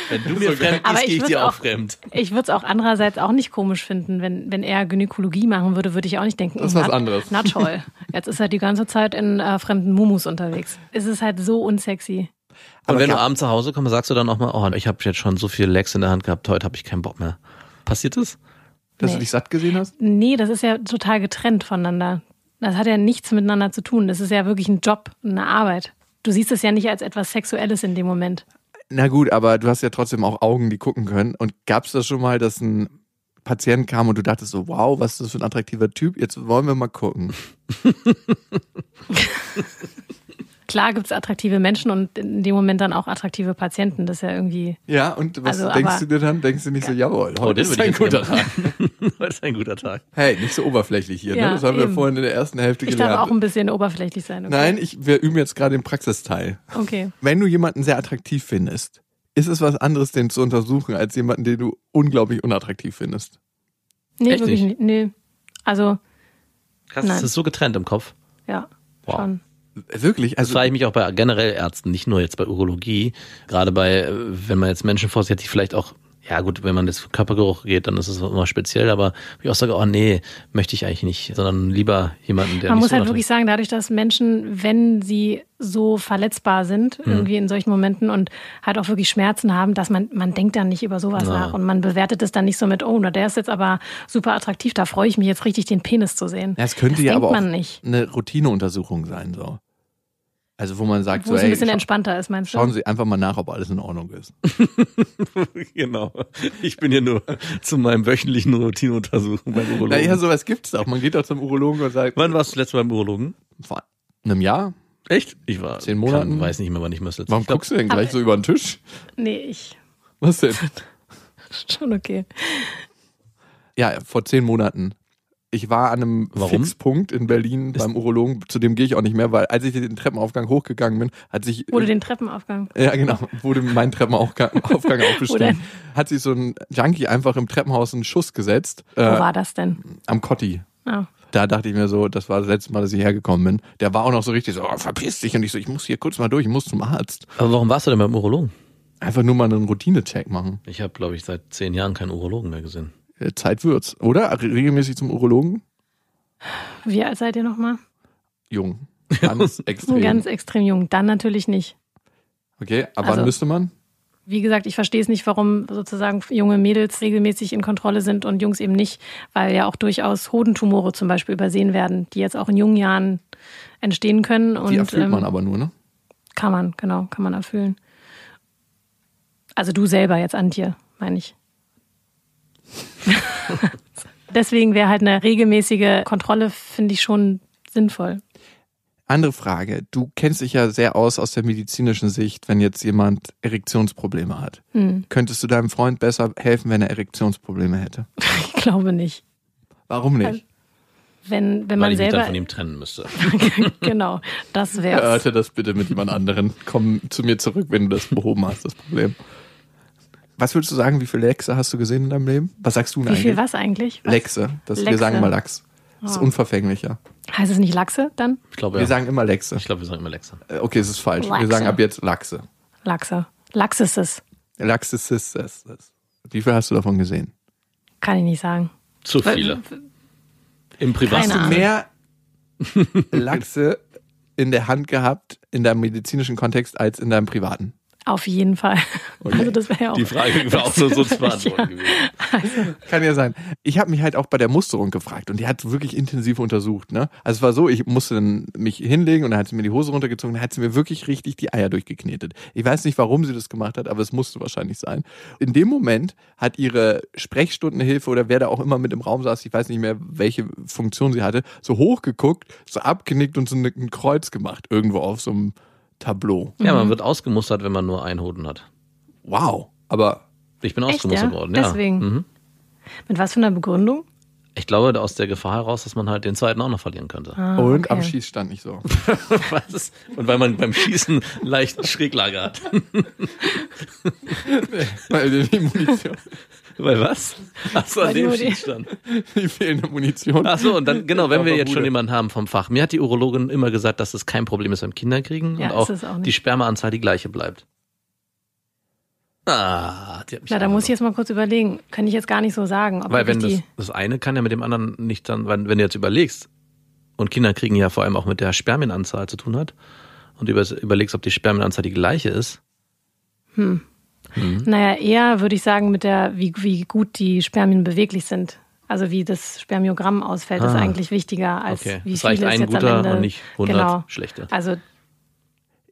[SPEAKER 5] Wenn du mir fremd
[SPEAKER 4] Aber ich
[SPEAKER 5] gehst, gehe ich
[SPEAKER 4] würd
[SPEAKER 5] dir auch
[SPEAKER 4] auch-
[SPEAKER 5] fremd.
[SPEAKER 4] Ich würde es auch andererseits auch nicht komisch finden, wenn, wenn er Gynäkologie machen würde, würde ich auch nicht denken.
[SPEAKER 3] Das ist was
[SPEAKER 4] na-
[SPEAKER 3] anderes.
[SPEAKER 4] Na toll. Jetzt ist er die ganze Zeit in äh, fremden Mumus unterwegs. Es ist halt so unsexy.
[SPEAKER 5] Und
[SPEAKER 3] Aber
[SPEAKER 5] wenn du
[SPEAKER 3] ja.
[SPEAKER 5] abends nach Hause kommst, sagst du dann auch mal, oh, ich habe jetzt schon so viel Lecks in der Hand gehabt, heute habe ich keinen Bock mehr. Passiert das?
[SPEAKER 3] Dass du
[SPEAKER 4] Nee.
[SPEAKER 3] dich satt gesehen hast?
[SPEAKER 4] Nee, das ist ja total getrennt voneinander. Das hat ja nichts miteinander zu tun. Das ist ja wirklich ein Job, eine Arbeit. Du siehst es ja nicht als etwas Sexuelles in dem Moment.
[SPEAKER 3] Na gut, aber du hast ja trotzdem auch Augen, die gucken können. Und gab es das schon mal, dass ein Patient kam und du dachtest so, wow, was ist das für ein attraktiver Typ? Jetzt wollen wir mal gucken.
[SPEAKER 4] Klar gibt's attraktive Menschen und in dem Moment dann auch attraktive Patienten. Das ist ja irgendwie.
[SPEAKER 3] Ja, und was
[SPEAKER 4] Also,
[SPEAKER 3] denkst
[SPEAKER 4] aber-
[SPEAKER 3] du dir dann? Denkst du nicht so, jawohl, heute Oh, ist ein guter Tag.
[SPEAKER 5] heute ist ein guter Tag.
[SPEAKER 3] Hey, nicht so oberflächlich hier,
[SPEAKER 4] Ja,
[SPEAKER 3] ne? Das haben wir
[SPEAKER 4] eben.
[SPEAKER 3] vorhin in der ersten Hälfte
[SPEAKER 4] Ich darf auch
[SPEAKER 3] gelernt.
[SPEAKER 4] ein bisschen oberflächlich sein. Okay.
[SPEAKER 3] Nein, ich, wir üben jetzt gerade den Praxisteil.
[SPEAKER 4] Okay.
[SPEAKER 3] Wenn du jemanden sehr attraktiv findest, ist es was anderes, den zu untersuchen, als jemanden, den du unglaublich unattraktiv findest.
[SPEAKER 4] Nee,
[SPEAKER 5] Echt
[SPEAKER 4] wirklich
[SPEAKER 5] nicht?
[SPEAKER 4] nicht. Nee. Also,
[SPEAKER 5] Krass,
[SPEAKER 4] Nein.
[SPEAKER 5] es ist so getrennt im Kopf.
[SPEAKER 4] ja.
[SPEAKER 5] Wow.
[SPEAKER 4] Schon.
[SPEAKER 3] Wirklich,
[SPEAKER 5] Das
[SPEAKER 3] also
[SPEAKER 5] frage ich mich auch bei generell Ärzten, nicht nur jetzt bei Urologie. Gerade bei, äh, wenn man jetzt Menschen vorsetzt, die vielleicht auch, ja gut, wenn man das Körpergeruch geht, dann ist es immer speziell, aber ich auch sage, oh nee, möchte ich eigentlich nicht, sondern lieber jemanden, der
[SPEAKER 4] Man
[SPEAKER 5] nicht
[SPEAKER 4] muss
[SPEAKER 5] so
[SPEAKER 4] halt
[SPEAKER 5] nach-
[SPEAKER 4] wirklich sagen, dadurch, dass Menschen, wenn sie so verletzbar sind,
[SPEAKER 3] Mhm.
[SPEAKER 4] irgendwie in solchen Momenten und halt auch wirklich Schmerzen haben, dass man, man denkt dann nicht über sowas
[SPEAKER 5] Na.
[SPEAKER 4] nach und man bewertet es dann nicht so mit, oh, na, der ist jetzt aber super attraktiv, da freue ich mich jetzt richtig, den Penis zu sehen.
[SPEAKER 3] Ja, es könnte
[SPEAKER 4] das
[SPEAKER 3] ja
[SPEAKER 4] denkt
[SPEAKER 3] aber auch
[SPEAKER 4] man nicht.
[SPEAKER 3] eine Routineuntersuchung sein soll. Also wo man sagt,
[SPEAKER 4] Wo
[SPEAKER 3] so,
[SPEAKER 4] es ein
[SPEAKER 3] ey,
[SPEAKER 4] bisschen
[SPEAKER 3] scha-
[SPEAKER 4] entspannter ist, meinst du?
[SPEAKER 3] schauen Sie einfach mal nach, ob alles in Ordnung ist.
[SPEAKER 5] Genau. Ich bin hier nur zu meinem wöchentlichen Routineuntersuchung beim Urologen.
[SPEAKER 3] Naja, sowas gibt's doch. Man geht doch zum Urologen und sagt,
[SPEAKER 5] Wann warst du letztes Mal beim Urologen?
[SPEAKER 3] vor einem Jahr?
[SPEAKER 5] Echt? Ich war
[SPEAKER 3] Zehn Monaten?
[SPEAKER 5] Kann, weiß nicht mehr, wann ich mal das letzte
[SPEAKER 3] Warum
[SPEAKER 5] Ich glaub,
[SPEAKER 3] guckst du denn gleich so über den Tisch?
[SPEAKER 4] Nee, ich.
[SPEAKER 3] Was denn?
[SPEAKER 4] Schon okay.
[SPEAKER 3] Ja, vor zehn Monaten. Ich war an einem
[SPEAKER 5] Warum?
[SPEAKER 3] Fixpunkt in Berlin beim Urologen, zu dem gehe ich auch nicht mehr, weil als ich den Treppenaufgang hochgegangen bin, hat sich
[SPEAKER 4] Wurde den Treppenaufgang.
[SPEAKER 3] Ja, genau. Wurde mein Treppenaufgang Aufgang auch bestimmt. Hat sich so ein Junkie einfach im Treppenhaus einen Schuss gesetzt. Äh,
[SPEAKER 4] Wo war das denn?
[SPEAKER 3] am Kotti.
[SPEAKER 4] Ah.
[SPEAKER 3] Da dachte ich mir so, das war das letzte Mal, dass ich hergekommen bin. Der war auch noch so richtig so, oh, verpiss dich. Und ich so, ich muss hier kurz mal durch, ich muss zum Arzt.
[SPEAKER 5] Aber warum warst du denn beim Urologen?
[SPEAKER 3] Einfach nur mal einen Routinecheck machen.
[SPEAKER 5] Ich habe, glaube ich, seit zehn Jahren keinen Urologen mehr gesehen.
[SPEAKER 3] Äh, Zeit wird's, oder? Re- Regelmäßig zum Urologen?
[SPEAKER 4] Wie alt seid ihr nochmal?
[SPEAKER 3] Jung. Ganz extrem.
[SPEAKER 4] Ganz extrem jung. Dann natürlich nicht.
[SPEAKER 3] okay, aber wann
[SPEAKER 4] Also-
[SPEAKER 3] müsste man?
[SPEAKER 4] Wie gesagt, ich verstehe es nicht, warum sozusagen junge Mädels regelmäßig in Kontrolle sind und Jungs eben nicht, weil ja auch durchaus Hodentumore zum Beispiel übersehen werden, die jetzt auch in jungen Jahren entstehen können. Und,
[SPEAKER 3] Die erfüllt
[SPEAKER 4] ähm,
[SPEAKER 3] man aber nur, ne?
[SPEAKER 4] Kann man, genau, kann man erfüllen. Also du selber jetzt an dir, meine ich. Deswegen wäre halt eine regelmäßige Kontrolle, finde ich schon sinnvoll.
[SPEAKER 3] Andere Frage. Du kennst dich ja sehr aus aus der medizinischen Sicht, wenn jetzt jemand Erektionsprobleme hat.
[SPEAKER 4] Hm.
[SPEAKER 3] Könntest du deinem Freund besser helfen, wenn er Erektionsprobleme hätte?
[SPEAKER 4] Ich glaube nicht.
[SPEAKER 3] Warum nicht?
[SPEAKER 4] Wenn, wenn
[SPEAKER 5] Weil
[SPEAKER 4] man
[SPEAKER 5] ich mich dann
[SPEAKER 4] selber.
[SPEAKER 5] von ihm trennen müsste.
[SPEAKER 4] genau, das wäre
[SPEAKER 3] das bitte mit jemand anderen. Komm zu mir zurück, wenn du das behoben hast, das Problem. Was würdest du sagen, wie viele Lechse hast du gesehen in deinem Leben? Was sagst du denn
[SPEAKER 4] Wie viel
[SPEAKER 3] eigentlich?
[SPEAKER 4] was eigentlich? Was? Oh.
[SPEAKER 3] Lechse. Das, Wir
[SPEAKER 4] Lechse.
[SPEAKER 3] sagen mal Lachs. Das ist unverfänglicher.
[SPEAKER 4] Heißt es nicht Lachse dann?
[SPEAKER 5] Ich glaube,
[SPEAKER 3] Wir
[SPEAKER 5] ja.
[SPEAKER 3] sagen immer Lechse.
[SPEAKER 5] ich glaube, wir sagen immer Lexa.
[SPEAKER 3] Äh, Okay, es ist falsch.
[SPEAKER 4] Lachse.
[SPEAKER 3] Wir sagen ab jetzt Lachse.
[SPEAKER 4] Lachse. Lachs ist es.
[SPEAKER 3] Lachse Sisters. Wie viel hast du davon gesehen?
[SPEAKER 4] Kann ich nicht sagen.
[SPEAKER 5] Zu
[SPEAKER 4] Weil-
[SPEAKER 5] viele.
[SPEAKER 4] Keine
[SPEAKER 5] Im Privaten.
[SPEAKER 4] Ahnung.
[SPEAKER 3] mehr Lachse in der Hand gehabt in deinem medizinischen Kontext als in deinem privaten.
[SPEAKER 4] Auf jeden Fall. Also das wäre ja auch.
[SPEAKER 5] Die Frage war auch so, so zu beantworten
[SPEAKER 4] Ja.
[SPEAKER 5] gewesen.
[SPEAKER 3] Kann ja sein. Ich habe mich halt auch bei der Musterung gefragt und die hat wirklich intensiv untersucht. Ne? Also es war so, ich musste dann mich hinlegen und dann hat sie mir die Hose runtergezogen, dann hat sie mir wirklich richtig die Eier durchgeknetet. Ich weiß nicht, warum sie das gemacht hat, aber es musste wahrscheinlich sein. In dem Moment hat ihre Sprechstundenhilfe oder wer da auch immer mit im Raum saß, ich weiß nicht mehr, welche Funktion sie hatte, so hochgeguckt, so abgenickt und so ne- ein Kreuz gemacht irgendwo auf so einem Tableau.
[SPEAKER 5] Ja, man wird ausgemustert, wenn man nur einen Hoden hat.
[SPEAKER 3] Wow. Aber
[SPEAKER 5] Ich bin
[SPEAKER 4] Echt,
[SPEAKER 5] ausgemustert
[SPEAKER 4] ja?
[SPEAKER 5] worden, ja.
[SPEAKER 4] Deswegen.
[SPEAKER 5] Mhm.
[SPEAKER 4] Mit was für einer Begründung?
[SPEAKER 5] Ich glaube, aus der Gefahr heraus, dass man halt den zweiten auch noch verlieren könnte.
[SPEAKER 4] Ah.
[SPEAKER 3] und am
[SPEAKER 4] okay.
[SPEAKER 3] Schießstand nicht so.
[SPEAKER 5] Was? Und weil man beim Schießen leicht Schräglage hat.
[SPEAKER 3] Weil die Munition,
[SPEAKER 5] Weil was? Achso, an
[SPEAKER 4] Weil
[SPEAKER 5] dem
[SPEAKER 4] nur die-
[SPEAKER 5] Schießstand.
[SPEAKER 3] die fehlende Munition.
[SPEAKER 5] Achso, und dann, genau, wenn wir jetzt schon
[SPEAKER 3] Bude.
[SPEAKER 5] jemanden haben vom Fach. Mir hat die Urologin immer gesagt, dass es kein Problem ist beim Kinderkriegen
[SPEAKER 4] Ja,
[SPEAKER 5] und
[SPEAKER 4] ist
[SPEAKER 5] auch,
[SPEAKER 4] es auch nicht.
[SPEAKER 5] die Spermaanzahl die gleiche bleibt. Ah, die hat mich
[SPEAKER 4] Na, da muss ich
[SPEAKER 5] angelogen.
[SPEAKER 4] jetzt mal kurz überlegen. Kann ich jetzt gar nicht so sagen. Ob
[SPEAKER 5] Weil wenn
[SPEAKER 4] wirklich
[SPEAKER 5] das, das eine kann ja mit dem anderen nicht dann, wenn, wenn du jetzt überlegst, und Kinder kriegen ja vor allem auch mit der Spermienanzahl zu tun hat, und über, überlegst, ob die Spermienanzahl die gleiche ist, Mhm.
[SPEAKER 4] die, naja, eher würde ich sagen, mit der, wie, wie gut die Spermien beweglich sind. Also wie das Spermiogramm ausfällt, ist
[SPEAKER 5] Ah.
[SPEAKER 4] eigentlich wichtiger als
[SPEAKER 5] Okay.
[SPEAKER 4] wie
[SPEAKER 5] Es
[SPEAKER 4] viel
[SPEAKER 5] reicht
[SPEAKER 4] es
[SPEAKER 5] ein
[SPEAKER 4] jetzt
[SPEAKER 5] guter
[SPEAKER 4] am Ende.
[SPEAKER 5] und nicht 100
[SPEAKER 4] genau.
[SPEAKER 5] schlechte.
[SPEAKER 4] Also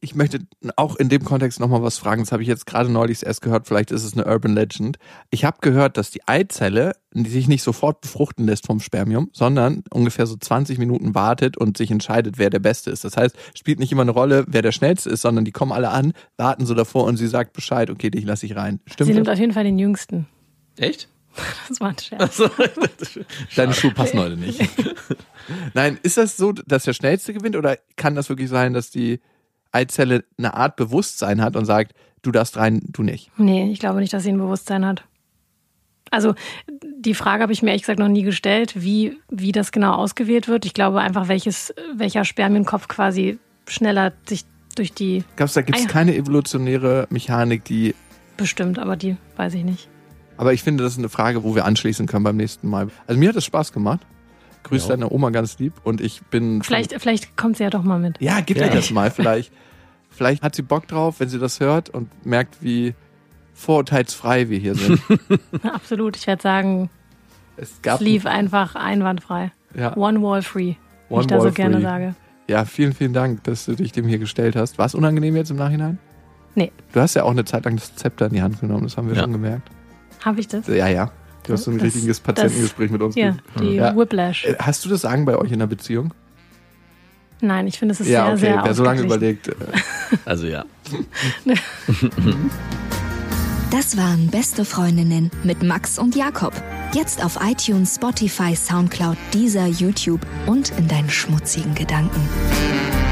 [SPEAKER 3] Ich möchte auch in dem Kontext nochmal was fragen. Das habe ich jetzt gerade neulich erst gehört. Vielleicht ist es eine Urban Legend. Ich habe gehört, dass die Eizelle die sich nicht sofort befruchten lässt vom Spermium, sondern ungefähr so 20 Minuten wartet und sich entscheidet, wer der Beste ist. Das heißt, spielt nicht immer eine Rolle, wer der Schnellste ist, sondern die kommen alle an, warten so davor und sie sagt Bescheid, okay, dich lasse ich rein.
[SPEAKER 4] sie nimmt
[SPEAKER 3] Stimmt das?
[SPEAKER 4] auf jeden Fall den Jüngsten.
[SPEAKER 5] echt?
[SPEAKER 4] Das war ein Scherz.
[SPEAKER 5] So, das-
[SPEAKER 3] Deine Schuhe passen heute nicht. Nein, ist das so, dass der Schnellste gewinnt oder kann das wirklich sein, dass die Eizelle eine Art Bewusstsein hat und sagt, du darfst rein, du nicht?
[SPEAKER 4] Nee, ich glaube nicht, dass sie ein Bewusstsein hat. Also die Frage habe ich mir ehrlich gesagt noch nie gestellt, wie, wie das genau ausgewählt wird. Ich glaube einfach, welches, welcher Spermienkopf quasi schneller sich durch die
[SPEAKER 3] Gab's, da gibt
[SPEAKER 4] Ah
[SPEAKER 3] es
[SPEAKER 4] ja.
[SPEAKER 3] keine evolutionäre Mechanik, die.
[SPEAKER 4] bestimmt, aber die weiß ich nicht.
[SPEAKER 3] Aber ich finde, das ist eine Frage, wo wir anschließen können beim nächsten Mal. Also mir hat es Spaß gemacht. Grüß
[SPEAKER 5] Ja.
[SPEAKER 3] deine Oma ganz lieb und ich bin.
[SPEAKER 4] Vielleicht, vielleicht kommt sie ja doch mal mit.
[SPEAKER 3] Ja, gib
[SPEAKER 5] Ja.
[SPEAKER 3] ihr das mal vielleicht. Vielleicht hat sie Bock drauf, wenn sie das hört und merkt, wie vorurteilsfrei wir hier sind.
[SPEAKER 4] Absolut. Ich werde sagen,
[SPEAKER 3] Es
[SPEAKER 4] es
[SPEAKER 3] gab
[SPEAKER 4] lief einfach einwandfrei.
[SPEAKER 3] ja,
[SPEAKER 4] One wall free, wie
[SPEAKER 3] One
[SPEAKER 4] ich da
[SPEAKER 3] Wall
[SPEAKER 4] so gerne
[SPEAKER 3] Free.
[SPEAKER 4] sage.
[SPEAKER 3] Ja, vielen, vielen Dank, dass du dich dem hier gestellt hast. War es unangenehm jetzt im Nachhinein?
[SPEAKER 4] Nee.
[SPEAKER 3] Du hast ja auch eine Zeit lang das Zepter in die Hand genommen, das haben wir
[SPEAKER 5] Ja.
[SPEAKER 3] schon gemerkt.
[SPEAKER 4] Habe ich das?
[SPEAKER 3] Ja, ja. Du hast so ein
[SPEAKER 4] Das-
[SPEAKER 3] richtiges Patientengespräch mit uns.
[SPEAKER 4] Ja,
[SPEAKER 3] geführt.
[SPEAKER 4] die
[SPEAKER 3] Ja.
[SPEAKER 4] Whiplash.
[SPEAKER 3] Äh, Hast du das Sagen bei euch in der Beziehung?
[SPEAKER 4] Nein, ich finde, es ist sehr,
[SPEAKER 3] okay.
[SPEAKER 4] sehr
[SPEAKER 3] Wer so lange
[SPEAKER 4] ausgeglichen.
[SPEAKER 3] überlegt. äh,
[SPEAKER 5] Also ja.
[SPEAKER 1] Das waren Beste Freundinnen mit Max und Jakob. Jetzt auf iTunes, Spotify, Soundcloud, Deezer, YouTube und in deinen schmutzigen Gedanken.